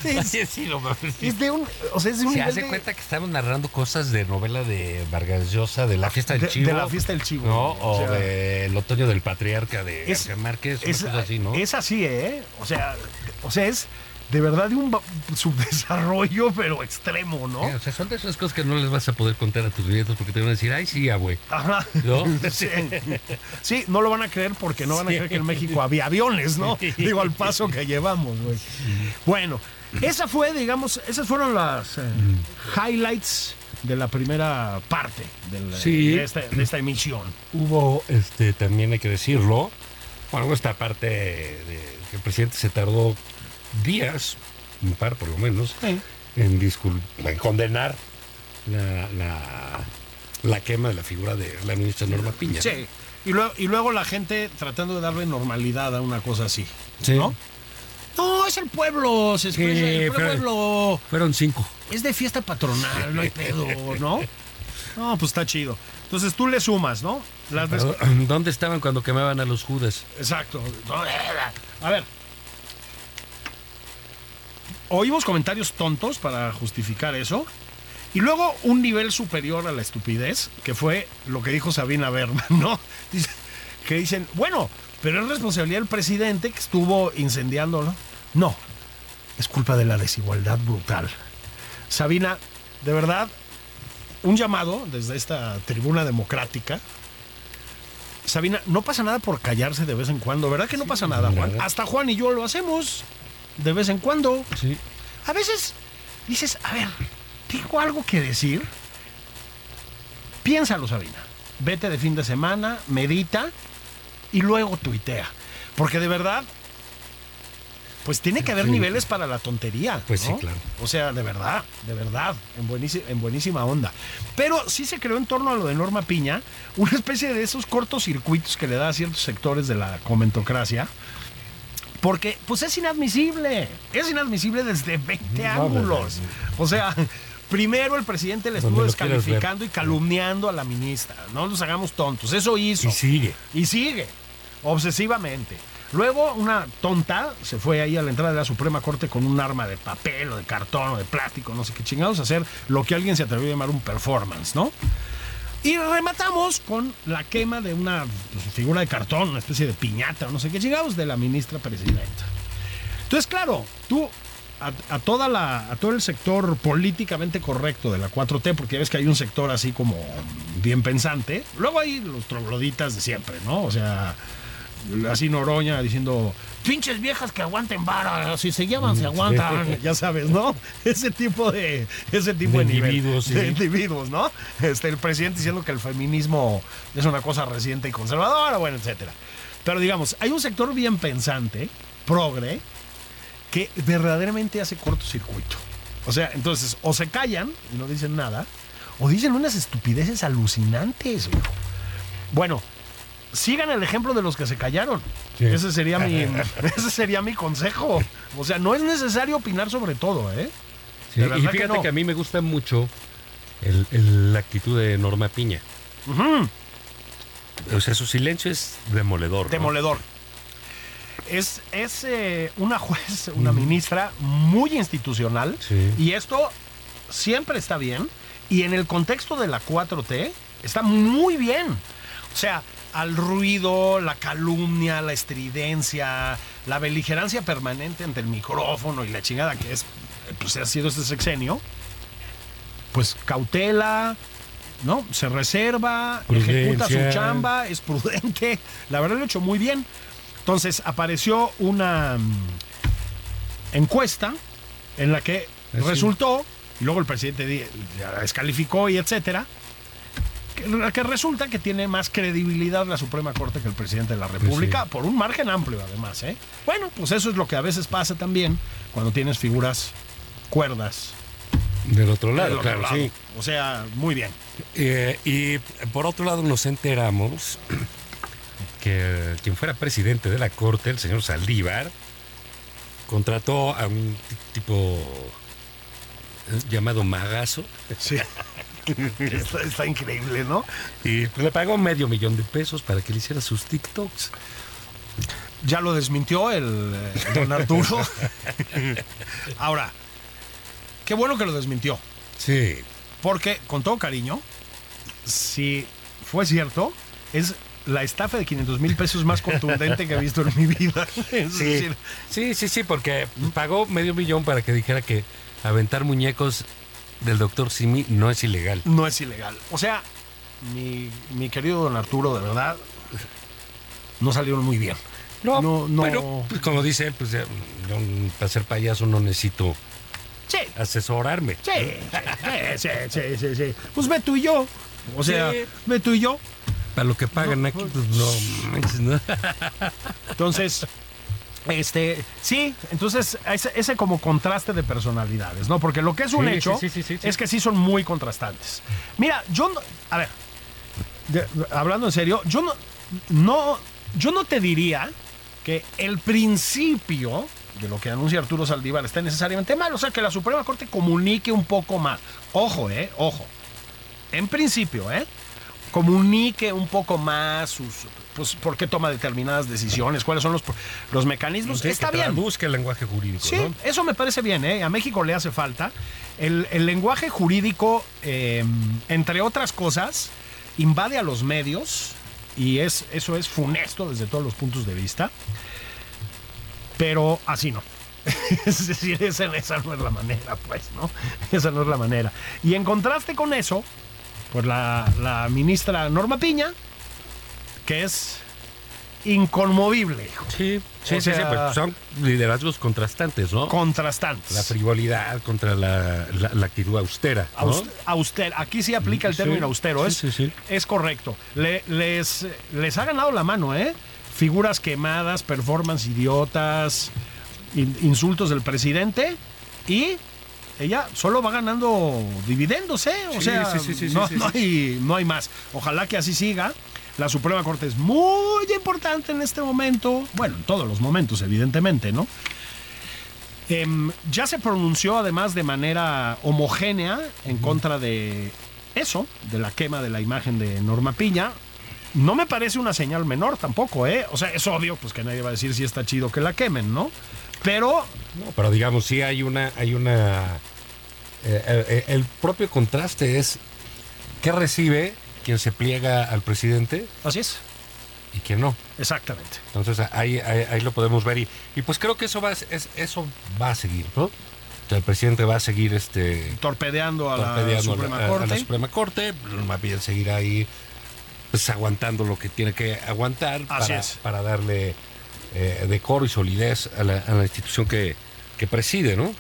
Sí, sí, no mames.
Es de un. O sea, es de un
Se
nivel
hace
de-
cuenta que estamos narrando cosas de novela de Vargas Llosa, Ah, de la fiesta del
De- de
chivo.
La Fiesta del Chivo.
¿no?
O
O
sea,
de El otoño del patriarca de
es-
García Márquez, una cosa así, ¿no?
es así, ¿eh? O sea, o sea, es de verdad de un ba- subdesarrollo, pero extremo, ¿no?
O sea, son de esas cosas que no les vas a poder contar a tus nietos porque te van a decir, ay, sí, güey.
Ajá.
¿No?
Sí. Sí, no lo van a creer porque no van a creer que en México había aviones, ¿no? Digo, al paso que llevamos, güey. Bueno, esa fue, digamos, esas fueron las eh,
Mm.
highlights de la primera parte del, eh,
Sí.
de, esta, de esta emisión.
Hubo, este, también hay que decirlo, bueno, esta parte de que el presidente se tardó días, un par por lo menos,
Sí.
en, discul- en condenar la, la- la quema de la figura de la ministra Norma Piña.
Sí. Y luego, y luego la gente tratando de darle normalidad a una cosa así.
Sí.
¿No? No, es el pueblo, se expresa,
Sí,
el
pero-
pueblo.
Fueron cinco.
Es de fiesta patronal, no hay pedo, ¿no? No, pues está chido. Entonces tú le sumas, ¿no? Las des-
Pero, ¿Dónde estaban cuando quemaban a los judas?
Exacto. eh, A ver. Oímos comentarios tontos para justificar eso. Y luego un nivel superior a la estupidez, que fue lo que dijo Sabina Berman, ¿no? Dice- Que dicen, bueno, pero es responsabilidad del presidente que estuvo incendiándolo. No, es culpa de la desigualdad brutal. Sabina, de verdad, un llamado desde esta tribuna democrática. Sabina, no pasa nada por callarse de vez en cuando, ¿verdad que no pasa nada, Juan?
nada.
Hasta Juan y yo lo hacemos de vez en cuando.
Sí.
A veces dices, a ver, tengo algo que decir. Piénsalo, Sabina. Vete de fin de semana, medita y luego tuitea. Porque de verdad, pues tiene que haber niveles para la tontería.
Pues sí,
¿no?
claro.
O sea, de verdad, de verdad, en buenísima, en buenísima onda. Pero sí se creó en torno a lo de Norma Piña una especie de esos cortocircuitos que le da a ciertos sectores de la comentocracia. Porque, pues es inadmisible. Es inadmisible desde 20
No,
ángulos. O sea, primero el presidente le estuvo
Donde lo quieras
descalificando y calumniando a la ministra. No nos hagamos tontos. Eso hizo.
Y sigue.
Y sigue. Obsesivamente. Luego, una tonta se fue ahí a la entrada de la Suprema Corte con un arma de papel o de cartón o de plástico, no sé qué chingados, a hacer lo que alguien se atrevió a llamar un performance, ¿no? Y rematamos con la quema de una pues, figura de cartón, una especie de piñata, no sé qué chingados, de la ministra presidenta. Entonces, claro, tú a, a toda la, a todo el sector políticamente correcto de la 4T, porque ya ves que hay un sector así como bien pensante, luego hay los trogloditas de siempre, ¿no? O sea, así Noroña diciendo, pinches viejas que aguanten vara, si se llevan, se aguantan, ya sabes, ¿no? Ese tipo de, ese tipo
De
de, nivel,
individuos, sí.
de individuos, ¿no? Este, el presidente diciendo que el feminismo es una cosa reciente y conservadora, bueno, etcétera. Pero digamos, hay un sector bien pensante, progre, que verdaderamente hace cortocircuito. O sea, entonces, o se callan y no dicen nada, o dicen unas estupideces alucinantes, güey. Bueno, sigan el ejemplo de los que se callaron.
Sí.
Ese, sería mi, ese sería mi consejo. O sea, no es necesario opinar sobre todo, ¿eh?
Sí,
De verdad
y
que
fíjate que,
no.
a mí me gusta mucho el- el- la actitud de Norma Piña. O sea, su silencio es demoledor. ¿no?
Demoledor. Es, es eh, una juez, una ministra muy institucional.
Sí.
Y esto siempre está bien. Y en el contexto de la 4T está muy bien. O sea, al ruido, la calumnia, la estridencia, la beligerancia permanente entre el micrófono y la chingada que es, pues ha sido este sexenio, pues cautela, ¿no? Se reserva, ejecuta
Prudencia.
su chamba, es prudente. La verdad lo ha hecho muy bien. Entonces apareció una mm, encuesta en la que
Así.
resultó, y luego el presidente di- la descalificó y etcétera, que, que resulta que tiene más credibilidad la Suprema Corte que el presidente de la República,
Pues sí.
por un margen amplio además. ¿eh? Bueno, pues eso es lo que a veces pasa también cuando tienes figuras cuerdas.
Del otro
del
lado,
otro
claro,
lado.
sí.
O sea, muy bien.
Eh, y por otro lado nos enteramos que quien fuera presidente de la corte, el señor Saldívar, contrató a un ti- tipo eh, llamado Magazo
Sí. está, está increíble, ¿no?
y le pagó medio millón de pesos para que le hiciera sus TikToks.
Ya lo desmintió el eh, don Arturo. Ahora, qué bueno que lo desmintió.
Sí,
Porque, con todo cariño, si fue cierto, es la estafa de 500 mil pesos más contundente que he visto en mi vida. Es
sí,
decir,
sí, sí, sí, porque pagó medio millón para que dijera que aventar muñecos del doctor Simi no es ilegal.
no es ilegal. O sea, mi, mi querido don Arturo, de verdad, no salieron muy bien. no, no.
Pero, pues, como dice, él, pues, ya, yo, mm, para ser payaso no necesito
Sí,
asesorarme. Eh,
sí, sí, sí, sí, sí, sí. Pues ve tú y yo. O sea,
Sí.
ve tú y yo.
Para lo que pagan aquí, pues no manches, ¿no?
pues, Entonces, este, sí, entonces ese, ese como contraste de personalidades, ¿no? Porque lo que es un
Sí,
hecho
sí, sí, sí, sí, sí.
es que sí son muy contrastantes. Mira, yo no, a ver, de- hablando en serio, yo no, no, yo no te diría que el principio de lo que anuncia Arturo Saldívar está necesariamente mal, o sea, que la Suprema Corte comunique un poco más. Ojo, eh, ojo. En principio, eh comunique un poco más sus pues por qué toma determinadas decisiones, cuáles son los pro- los mecanismos. Está bien.
Busca el lenguaje jurídico,
Sí,
¿no?
eso me parece bien, ¿eh? A México le hace falta. El, el lenguaje jurídico, eh, entre otras cosas, invade a los medios y es, eso es funesto desde todos los puntos de vista. Pero así no. es decir, esa, esa no es la manera, pues, ¿no? Esa no es la manera. Y en contraste con eso, pues la, la ministra Norma Piña, que es inconmovible, hijo.
Sí, sí,
O
sí, sí,
sea-
pues, son liderazgos contrastantes, ¿no?
Contrastantes.
La frivolidad contra la, la, la actitud austera, ¿no?
Aus- auster- Aquí sí aplica el
Sí,
término austero,
sí,
es,
sí, sí.
es correcto. Le- les, les ha ganado la mano, ¿eh? Figuras quemadas, performance idiotas, in- insultos del presidente y ella solo va ganando dividendos, ¿eh? O
Sí,
sea,
sí, sí, sí, sí,
no,
sí,
no
sí.
hay, no hay más. Ojalá que así siga. La Suprema Corte es muy importante en este momento, bueno, en todos los momentos, evidentemente, ¿no? Em, ya se pronunció además de manera homogénea en contra de eso, de la quema de la imagen de Norma Piña. No me parece una señal menor tampoco, ¿eh? O sea, es obvio pues que nadie va a decir si está chido que la quemen, ¿no? Pero
No, Pero digamos, sí hay una, hay una. eh, eh, el propio contraste es qué recibe quien se pliega al presidente
así es,
y quien no.
exactamente.
Entonces ahí, ahí, ahí lo podemos ver y, y pues creo que eso va, a- es, eso va a seguir, ¿no? O sea, el presidente va a seguir este
Torpedeando a la
torpedeando a la-
Suprema
a- a
Corte.
la Suprema Corte, más bien seguirá ahí pues, aguantando lo que tiene que aguantar
Así
para,
es.
para darle eh, decoro y solidez a la, a la institución que, que preside, ¿no?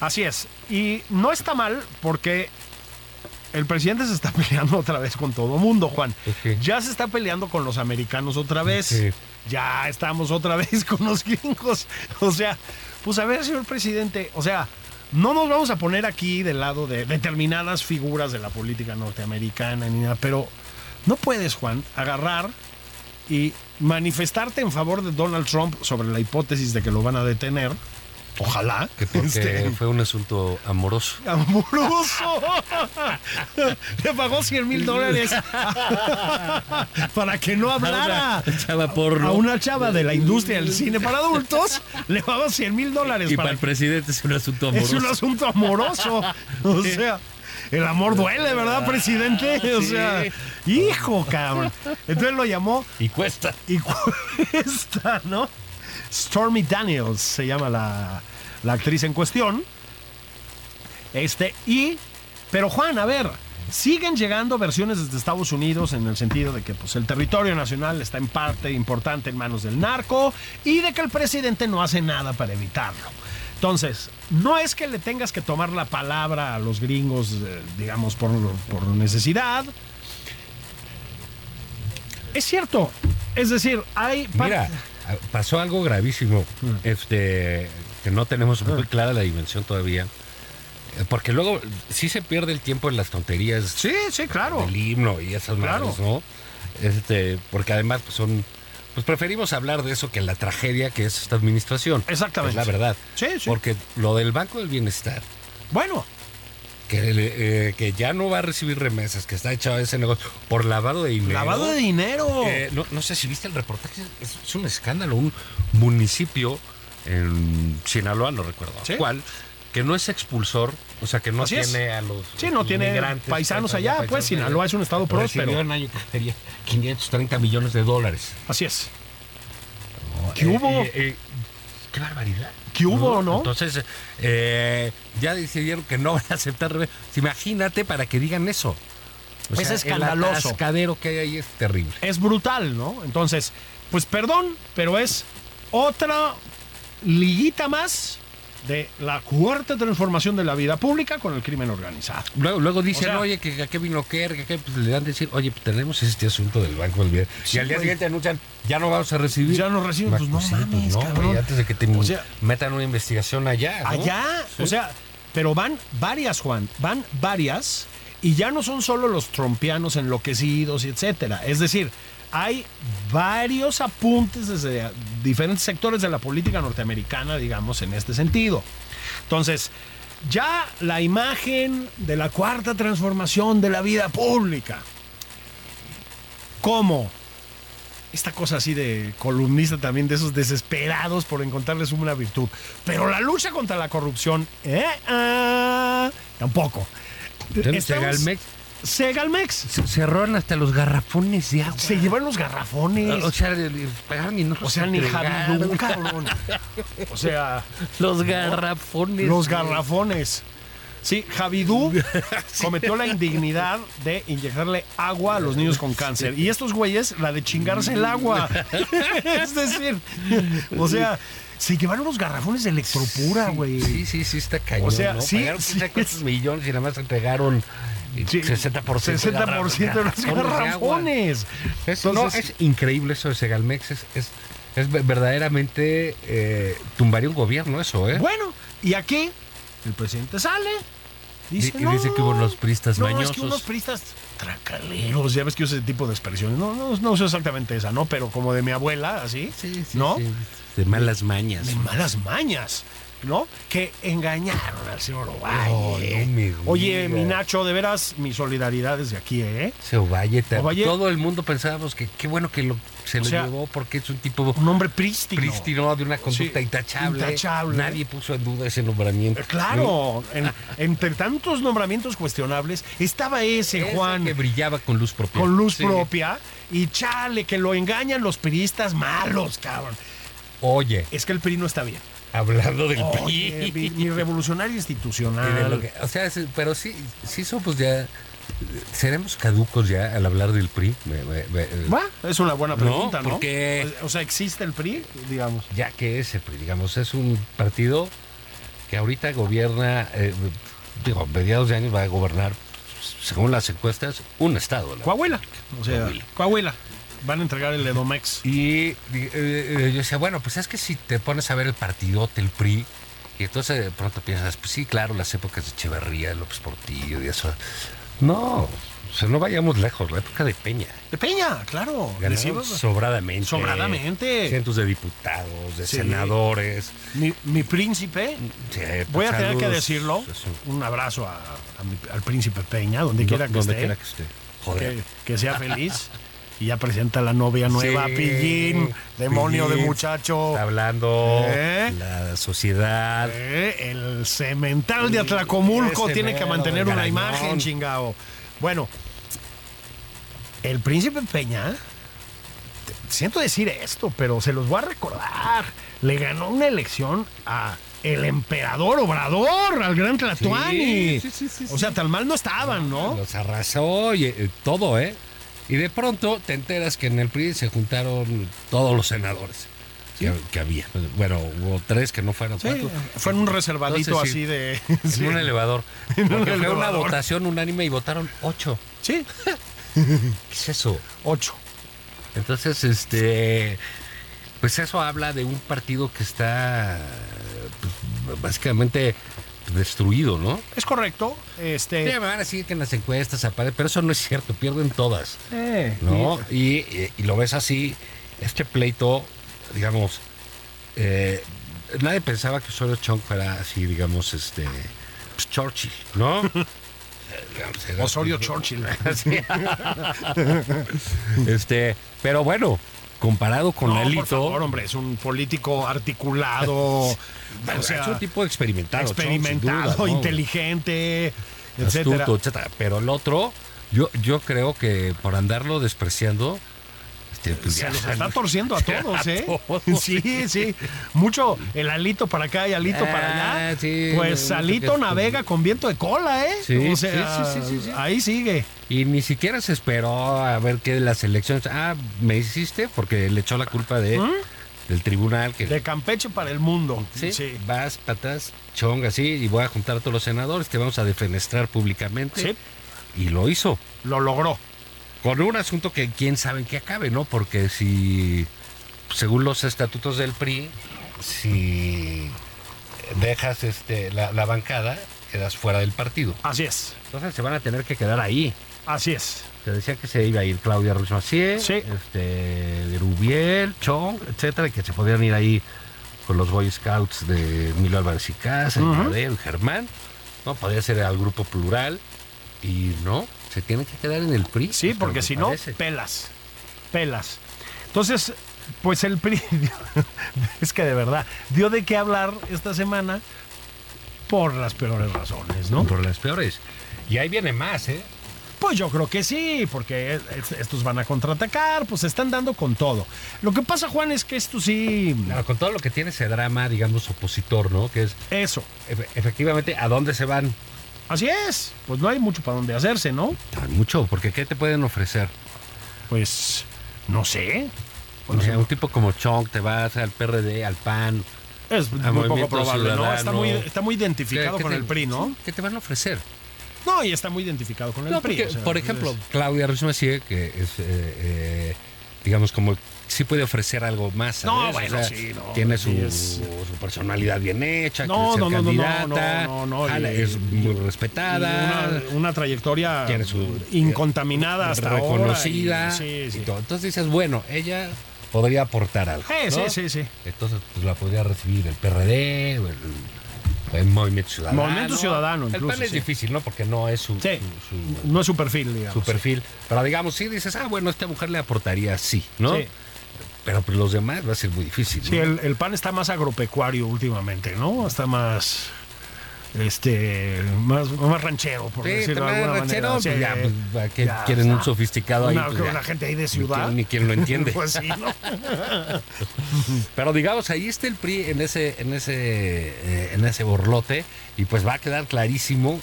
Así es. Y no está mal porque el presidente se está peleando otra vez con todo mundo, Juan.
Ujú.
Ya se está peleando con los americanos otra vez.
Sí.
Ya estamos otra vez con los gringos. O sea, pues a ver, señor presidente, o sea, no nos vamos a poner aquí del lado de determinadas figuras de la política norteamericana ni nada, pero no puedes, Juan, agarrar y manifestarte en favor de Donald Trump sobre la hipótesis de que lo van a detener. Ojalá.
Que porque
Este,
fue un asunto amoroso.
amoroso. Le pagó 100 mil dólares para que no hablara.
Chava porno.
A una chava de la industria del cine para adultos le pagó 100 mil dólares
Y para
para
el presidente es un asunto amoroso.
es un asunto amoroso. O sea, el amor duele, ¿verdad, presidente?
Ah,
o
sí.
sea, hijo, cabrón. Entonces lo llamó
Y cuesta.
y cuesta, ¿no? Stormy Daniels se llama la, la actriz en cuestión. Este, y. Pero Juan, a ver, siguen llegando versiones desde Estados Unidos en el sentido de que pues, el territorio nacional está en parte importante en manos del narco y de que el presidente no hace nada para evitarlo. Entonces, no es que le tengas que tomar la palabra a los gringos, eh, digamos, por, por necesidad. Es cierto. Es decir, hay... par-
Mira, a- pasó algo gravísimo,
Mm.
este, que no tenemos muy
Ah.
clara la dimensión todavía. Eh, Porque luego sí se pierde el tiempo en las tonterías
Sí, sí, claro.
del himno y esas
Claro.
madres, ¿no? Este, porque además pues, son. Pues preferimos hablar de eso que la tragedia que es esta administración.
Exactamente.
Es la verdad.
Sí, sí.
Porque lo del Banco del Bienestar,
Bueno,
que, le- eh, que ya no va a recibir remesas, que está echado ese negocio por lavado de dinero.
lavado de dinero.
Eh, no, no sé si viste el reportaje, es, es un escándalo, un municipio en Sinaloa, no recuerdo
Sí.
cuál, que no es expulsor, o sea, que no
Así es.
tiene a los
Sí, no tiene paisanos allá, pues, Sinaloa es un estado próspero.
Recibió en año que tenía 530 millones de dólares.
Así es. ¿Qué hubo?
Eh, eh, qué barbaridad.
¿Qué hubo, no?
Entonces, eh, ya decidieron que no van a aceptar revés. Imagínate para que digan eso. O
Es
sea, El
escandaloso.
atascadero que hay ahí es terrible.
Es brutal, ¿no? Entonces, pues perdón, pero es otra liguita más de la cuarta transformación de la vida pública con el crimen organizado.
Luego, luego dicen,
sea-
oye, que a qué vino Kerr, que a qué, pues, le dan a decir, oye, pues, tenemos este asunto del Banco del Bien. y al día siguiente anuncian, ya no vamos a recibir.
Ya no reciben,
Ma-
pues, no
pues,
mames,
no, güey,
cabrón.
antes de que te
O sea-
metan una investigación allá. ¿no?
Allá, o sea, pero van varias, Juan, van varias y ya no son solo los trompianos enloquecidos y etcétera. Es decir, hay varios apuntes desde diferentes sectores de la política norteamericana, digamos, en este sentido. Entonces, ya la imagen de la cuarta transformación de la vida pública, como esta cosa así de columnista también, de esos desesperados por encontrarles una virtud. Pero la lucha contra la corrupción, eh, ah, tampoco.
Entonces,
Estamos-
Segalmex
Segalmex.
c- cerraron hasta los garrafones de agua.
Se llevan los garrafones.
O sea, le- le pagaron y no
O
los
sea, ni Javi
Ah, entregaron.
Lu, cabrón. O sea,
Los garrafones.
los
güey.
garrafones. Sí, Javidú cometió la indignidad de inyectarle agua a los niños con cáncer. Y estos güeyes, la de chingarse el agua. es decir, o sea, se llevaron los garrafones de electropura, güey.
Sí, sí, sí, está cañón.
O sea,
¿no?
sí,
Pagaron
sí,
quién sabe cuántos millones y nada más entregaron eh,
Sí,
60%.
60% de los
garrafones. de agua.
garrafones.
Es, no,
Entonces-
es increíble eso de Segalmex. Es, es, es ve- verdaderamente eh, tumbaría un gobierno eso, ¿eh?
Bueno, y aquí el presidente sale. Dice,
Y- y dice que hubo
no,
unos pristas
no, Es
mañosos".
que unos pristas tracaleros, ya ves que usa ese tipo de expresiones. No, no, no sé exactamente esa, ¿no? Pero como de mi abuela, así. ¿No?
De malas mañas.
De malas mañas, ¿no? Que engañaron al señor
No,
Ovalle.
Oh, no me
Oye,
digas.
mi Nacho, de veras, mi solidaridad desde aquí, ¿eh?
Se Ovalle, ta-
Ovalle.
Todo el mundo pensábamos que qué bueno que lo, se
O
lo
sea,
llevó porque es un tipo
Un hombre prístino.
prístino de una conducta
Sí,
intachable.
intachable.
Nadie puso en duda ese nombramiento.
Eh, Claro, en- entre tantos nombramientos cuestionables, estaba ese,
Ese
Juan.
que brillaba con luz propia.
con luz
Sí.
propia y chale, que lo engañan los piristas malos, cabrón.
Oye,
Es que el PRI no está bien.
hablando del
Oye, mi,
PRI.
mi revolucionario
y de
institucional.
Ah, lo que- o sea, sí, pero sí, sí somos ya. ¿Seremos caducos ya al hablar del PRI? Me- me- me-
Va, es una buena
No,
pregunta, ¿no?
porque-
O sea, ¿existe el PRI? Digamos.
Ya que ese PRI, digamos, es un partido que ahorita gobierna, eh, digo, a mediados de año va a gobernar, según las encuestas, un estado. la
Coahuila. O sea,
Coahuila.
Coahuila. Van a entregar el Edomex.
Y di- eh, eh, yo decía, bueno, pues es que si te pones a ver el partidote, el PRI, y entonces de pronto piensas, pues sí, claro, las épocas de Echeverría, López Portillo y eso. No, o sea, no vayamos lejos, la época de Peña.
De Peña, claro.
Ganaron
Decimos-
sobradamente.
Sobradamente.
Cientos de diputados, de
Sí.
senadores.
mi, mi príncipe.
Sí, pues,
Voy a tener
saludos.
que decirlo.
Eso,
Un abrazo a- a mi- al príncipe Peña, donde
do-
quiera que
donde
esté.
quiera que esté. Joder.
que, que sea feliz. y ya presenta a la novia nueva,
Sí,
Pillín, demonio de
Pillín,
muchacho.
Está hablando
Oh. ¿Eh?
la sociedad.
Eh, El cemental de Atlacomulco
Ese
tiene que
mero,
mantener
del
una
garañón.
imagen, chingao. Bueno, el príncipe Peña, te- siento decir esto, pero se los voy a recordar. Le ganó una elección a el emperador Obrador, al gran Tlatuani.
sí, sí, sí,
o sea, tan mal no estaban, ¿no?
Los arrasó y, eh, todo, ¿eh? Y de pronto te enteras que en el PRI se juntaron todos los senadores que, que había. Bueno, hubo tres que no fueron.
Sí,
cuatro.
fue en un reservadito
Entonces, sí,
así de...
En
sí.
un elevador.
En un
Porque fue una
elevador.
votación unánime y votaron ocho.
Sí,
¿Qué es eso?
ocho.
Entonces, este, pues eso habla de un partido que está pues, básicamente destruido, ¿no?
Es correcto.
Sí, me
Este...
van a decir que en las encuestas aparece, pero eso no es cierto, pierden todas,
eh,
¿no? Y, y- y lo ves así, este pleito, digamos, eh, nadie pensaba que Osorio Chong fuera así, digamos, este, pues, Churchill, ¿no? Eh, digamos, era- pues,
Osorio Churchill.
Sí. este, pero bueno, comparado con
No,
Alito,
por favor, hombre, es un político articulado, o sea,
es un tipo experimentado, Chong, sin
experimentado,
duda, ¿no?
inteligente,
Astuto,
etcétera.
etcétera. Pero el otro, yo, yo creo que por andarlo despreciando, este, pues
Se
ya
los
salió.
está torciendo a todos, ¿eh?
todos.
Sí, sí. Mucho el alito para acá y alito para
Ah,
allá.
sí,
pues
no sé
alito
qué-
navega con viento de cola, ¿eh?
Sí,
O sea,
sí, sí, sí, sí, sí.
ahí sigue.
Y ni siquiera se esperó a ver qué de las elecciones. Ah, me hiciste porque le echó la culpa de, del tribunal que
¿Mm? De Campeche para el mundo.
¿Sí?
sí.
Vas, patas, chong, así, y voy a juntar a todos los senadores, te vamos a defenestrar públicamente.
Sí.
Y lo hizo.
Lo logró.
Con un asunto que quién sabe en qué acabe, ¿no? Porque si, según los estatutos del PRI, si dejas este, la, la bancada, quedas fuera del partido.
Así es.
Entonces se van a tener que quedar ahí.
Así es.
Se decía que se iba a ir Claudia Ruiz Macié,
Sí.
este, Rubiel, Chong, etcétera, y que se podían ir ahí con los Boy Scouts de Emilio Álvarez y Casa, el Madero, Germán. No, podía ser al grupo plural. Y no, se tiene que quedar en el PRI.
Sí,
hasta
porque
donde
si no,
Pues, parece.
pelas. Pelas. Entonces, pues el PRI. es que de verdad, dio de qué hablar esta semana por las peores razones, ¿no?
Por las peores. Y ahí viene más, ¿eh?
Pues yo creo que sí, porque es- estos van a contraatacar, pues se están dando con todo. Lo que pasa, Juan, es que esto sí.
Claro, con todo lo que tiene ese drama, digamos, opositor, ¿no? Que es
Eso.
efe- efectivamente a dónde se van.
Así es. Pues no hay mucho para dónde hacerse, ¿no?
Tan Mucho, porque ¿qué te pueden ofrecer?
Pues. No sé.
O sea, un tipo como Chong te vas al PRD, al PAN.
Es
A
muy poco
Movimiento
probable, ¿no? Está
Ciudadano.
muy, está muy identificado
¿Qué- qué
con
te-
el PRI, ¿no?
¿Qué te van a ofrecer?
No, y está muy identificado con el
No,
PRI.
porque,
o sea,
por
es-
ejemplo, Claudia Ruiz Massieu, que es, eh, eh, digamos, como sí puede ofrecer algo más.
No,
¿sabes?
bueno, sí, no,
Tiene su,
sí es-
su personalidad bien hecha,
No,
no,
no, no, no, no,
candidata,
no, no, no,
jala,
y-
es muy
una,
respetada,
una trayectoria
Tiene su-
incontaminada hasta
reconocida.
ahora. y- sí, sí.
y todo. Entonces dices, bueno, ella podría aportar algo.
Eh, sí,
¿no?
sí, sí.
Entonces pues, la podría recibir el PRD, o el, el Movimiento Ciudadano.
Movimiento Ciudadano,
El
incluso,
PAN es
sí.
difícil, ¿no? Porque no es su-
Sí.
su- su
No es su perfil, digamos.
su perfil. Pero digamos, sí dices, ah, bueno, esta mujer le aportaría sí, ¿no?
Sí.
Pero pues, los demás va a ser muy difícil.
Sí,
¿no?
el, el pan está más agropecuario últimamente, ¿no? Está más. Este, más, más ranchero, por
Sí,
decirlo de
también
alguna
ranchero,
manera. Sí,
pues, ya, pues, ¿a qué
ya,
quieren
o sea,
un sofisticado ahí?
una-
Pues, ya.
una gente ahí de
Ni
ciudad.
quien- Ni quien lo entiende.
Pues sí, ¿no?
Pero digamos, ahí está el PRI en ese, en ese, eh, en ese borlote, y pues va a quedar clarísimo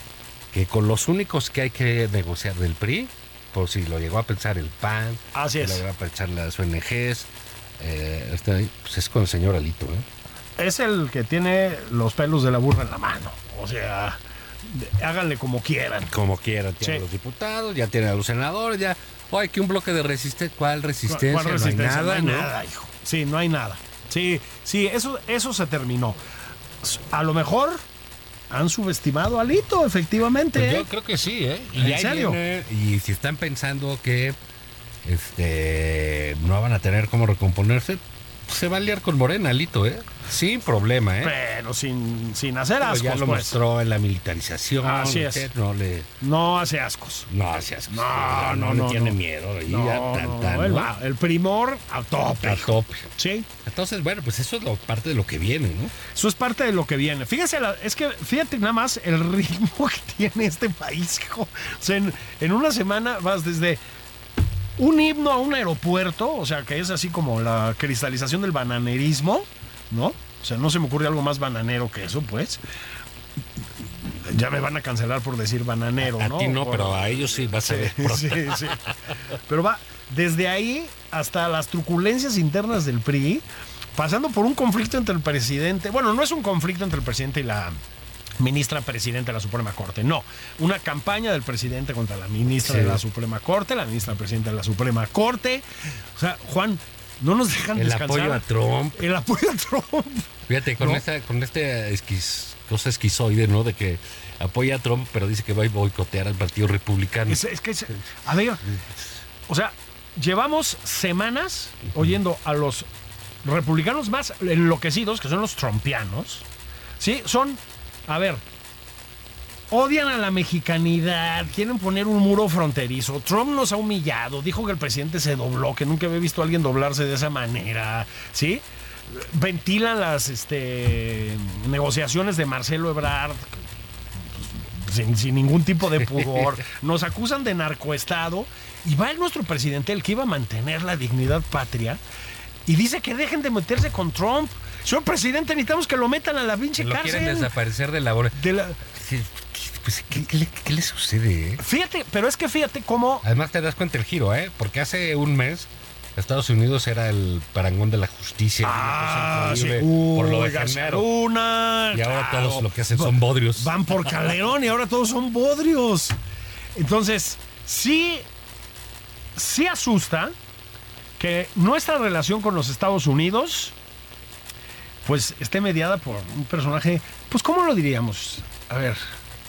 que con los únicos que hay que negociar del PRI, por si lo llegó a pensar el PAN,
Así
lo
es.
llegó a pensar las ONGs, eh, está ahí, pues es con el señor Alito, ¿eh?
es el que tiene los pelos de la burra en la mano. O sea, de- háganle como quieran.
Como quiera, tiene
Sí.
a los diputados, ya tiene a los senadores, ya. Oye, que un bloque de resistencia. ¿Cuál resistencia?
¿Cuál resistencia?
Pues No hay nada, ¿no?
nada, hijo. Sí, no hay nada. Sí, sí, eso, eso se terminó. S- A lo mejor han subestimado a Lito, efectivamente.
Pues
¿eh?
yo creo que sí, ¿eh?
¿En
ahí
serio?
viene- y si están pensando que este no van a tener cómo recomponerse, se va a liar con Morena, Lito, ¿eh? Sin problema, ¿eh?
Pero sin, sin hacer
Pero
ascos,
ya lo
pues.
mostró en la militarización.
Así es.
usted No le.
No hace ascos.
No, así es.
No,
no,
no,
le
no,
tiene
no.
miedo. Y
No,
ya,
no,
tan,
no,
tan,
él
¿no?
va, el primor a tope.
A tope.
Sí.
Entonces, bueno, pues eso es lo, parte de lo que viene, ¿no?
Eso es parte de lo que viene. Fíjese, la- es que fíjate nada más el ritmo que tiene este país, hijo. O sea, en, en una semana vas desde un himno a un aeropuerto, o sea, que es así como la cristalización del bananerismo, ¿no? O sea, no se me ocurre algo más bananero que eso, pues. Ya me van a cancelar por decir bananero,
A
¿no?
ti no,
Por-
pero a ellos sí vas a ver.
Sí, sí, sí. Pero va desde ahí hasta las truculencias internas del PRI, pasando por un conflicto entre el presidente. Bueno, no es un conflicto entre el presidente y la ministra presidenta de la Suprema Corte, no. Una campaña del presidente contra la ministra
Sí.
de la Suprema Corte, la ministra presidenta de la Suprema Corte. O sea, Juan, no nos dejan
El
descansar.
apoyo a Trump.
El apoyo a Trump.
Fíjate, con,
No.
esta, con este esquiz- cosa esquizoide, ¿no? De que apoya a Trump, pero dice que va a boicotear al Partido Republicano.
Es, es que, es- a ver, o sea, llevamos semanas oyendo a los republicanos más enloquecidos, que son los trompianos, ¿sí? Son, a ver, odian a la mexicanidad, quieren poner un muro fronterizo, Trump nos ha humillado, dijo que el presidente se dobló, que nunca había visto a alguien doblarse de esa manera, ¿sí? Ventilan las este, negociaciones de Marcelo Ebrard, sin, sin ningún tipo de pudor. Nos acusan de narcoestado y va nuestro presidente, el que iba a mantener la dignidad patria, y dice que dejen de meterse con Trump. Señor presidente, necesitamos que lo metan a la pinche
Lo quieren
cárcel.
desaparecer de la hora.
De la-
Sí, pues, ¿qué, qué le, qué le sucede? eh?
Fíjate, pero es que fíjate cómo.
Además te das cuenta el giro, ¿eh? Porque hace un mes Estados Unidos era el parangón de la justicia.
Ah,
una
Pues
cosa increíble, por lo de
Uy,
Genaro.
Garzaruna,
Y ahora
Uh, claro.
todos lo que hacen son bodrios.
Van por Calderón y ahora todos son bodrios. Entonces, sí, sí asusta que nuestra relación con los Estados Unidos, pues esté mediada por un personaje, pues ¿cómo lo diríamos? A ver,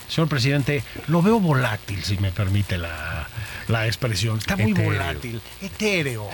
señor presidente, lo veo volátil, si me permite la, la expresión. Está muy
Etéreo.
volátil, etéreo.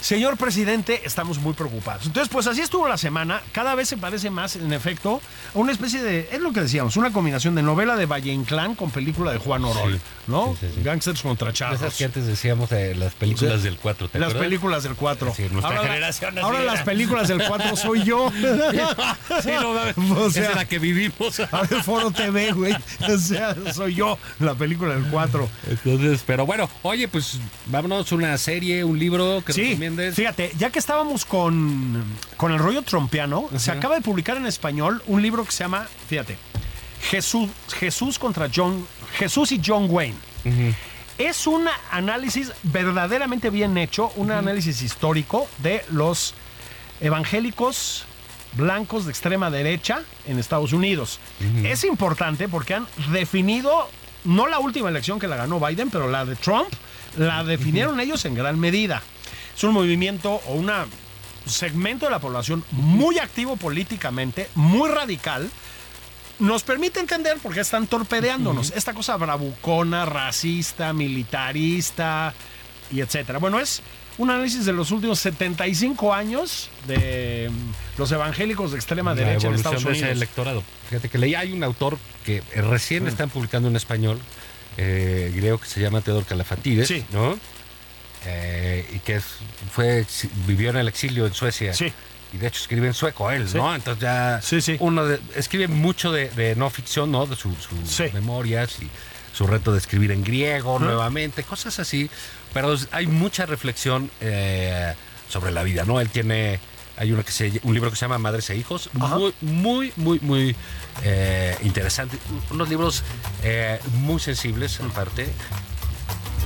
Señor presidente, estamos muy preocupados. Entonces, pues así estuvo la semana. Cada vez se parece más, en efecto, a una especie de, es lo que decíamos, una combinación de novela de Valle Inclán con película de Juan Orol,
Sí,
¿no?
sí, sí, sí.
Gangsters contra charros.
Esas que antes decíamos de las películas del 4, ¿te
Las
acuerdas?
películas del 4.
Sí, nuestra generación así
ahora
era.
las películas del 4 soy yo.
Sí, no mames.
O sea,
Esa es la que vivimos.
Ahora el Foro TV, güey. O sea, soy yo, la película del 4.
Entonces, pero bueno, oye, pues vámonos una serie, un libro que
Sí,
recomiendes.
fíjate, ya que estábamos con, con el rollo trompeano, se acaba de publicar en español un libro que se llama, fíjate, Jesús, Jesús contra John, Jesús y John Wayne. Es un análisis verdaderamente bien hecho, un análisis histórico de los evangélicos blancos de extrema derecha en Estados Unidos. Es importante porque han definido, no la última elección que la ganó Biden, pero la de Trump, la definieron ellos en gran medida. Es un movimiento o un segmento de la población muy activo políticamente, muy radical, nos permite entender por qué están torpedeándonos. Esta cosa bravucona, racista, militarista y etcétera. Bueno, es un análisis de los últimos 75 años de mm, los evangélicos de extrema
la
derecha en
evolución
Estados
de ese
Unidos. Mm.
electorado. Fíjate que leí, hay un autor que eh, recién están publicando en español, eh, creo que se llama Teodor Calafatides,
Sí.
¿no? Eh, y que es- fue ex- vivió en el exilio en Suecia.
Sí.
Y de hecho escribe en sueco él,
Sí.
¿no? Entonces ya
Sí, sí.
uno de- escribe mucho de, de no ficción, ¿no? De sus
Sí.
memorias y su reto de escribir en griego nuevamente, cosas así. Pero es- hay mucha reflexión eh, sobre la vida, ¿no? Él tiene, hay uno que se, un libro que se llama Madres e Hijos,
Ajá.
muy, muy, muy, muy eh, interesante. Unos libros eh, muy sensibles, aparte.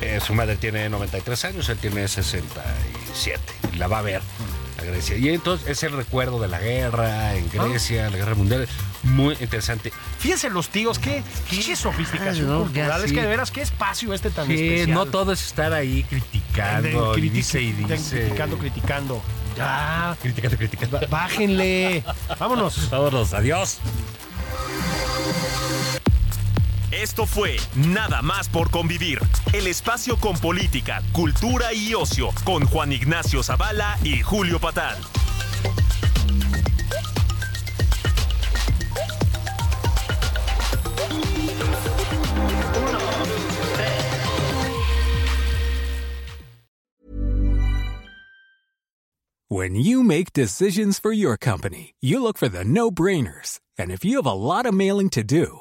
Eh, su madre tiene 93 años, él tiene 67. La va a ver a Grecia. Y entonces es el recuerdo de la guerra en Grecia, la guerra mundial. Muy interesante.
Fíjense los tíos, qué, qué sofisticación
Claro, ya
cultural. Es
sí.
que de veras, qué espacio este tan
Que
especial.
no todo es estar ahí
Anden
criticando, y
criti-
dice y
anden
dice.
criticando, criticando. Ya,
Criticando, criticando.
ba- bájenle. Vámonos.
Vámonos, adiós.
Esto fue Nada más por convivir, el espacio con política, cultura y ocio, con Juan Ignacio Zavala y Julio Patal.
When you make decisions for your company, you look for the no brainers. And if you have a lot of mailing to do,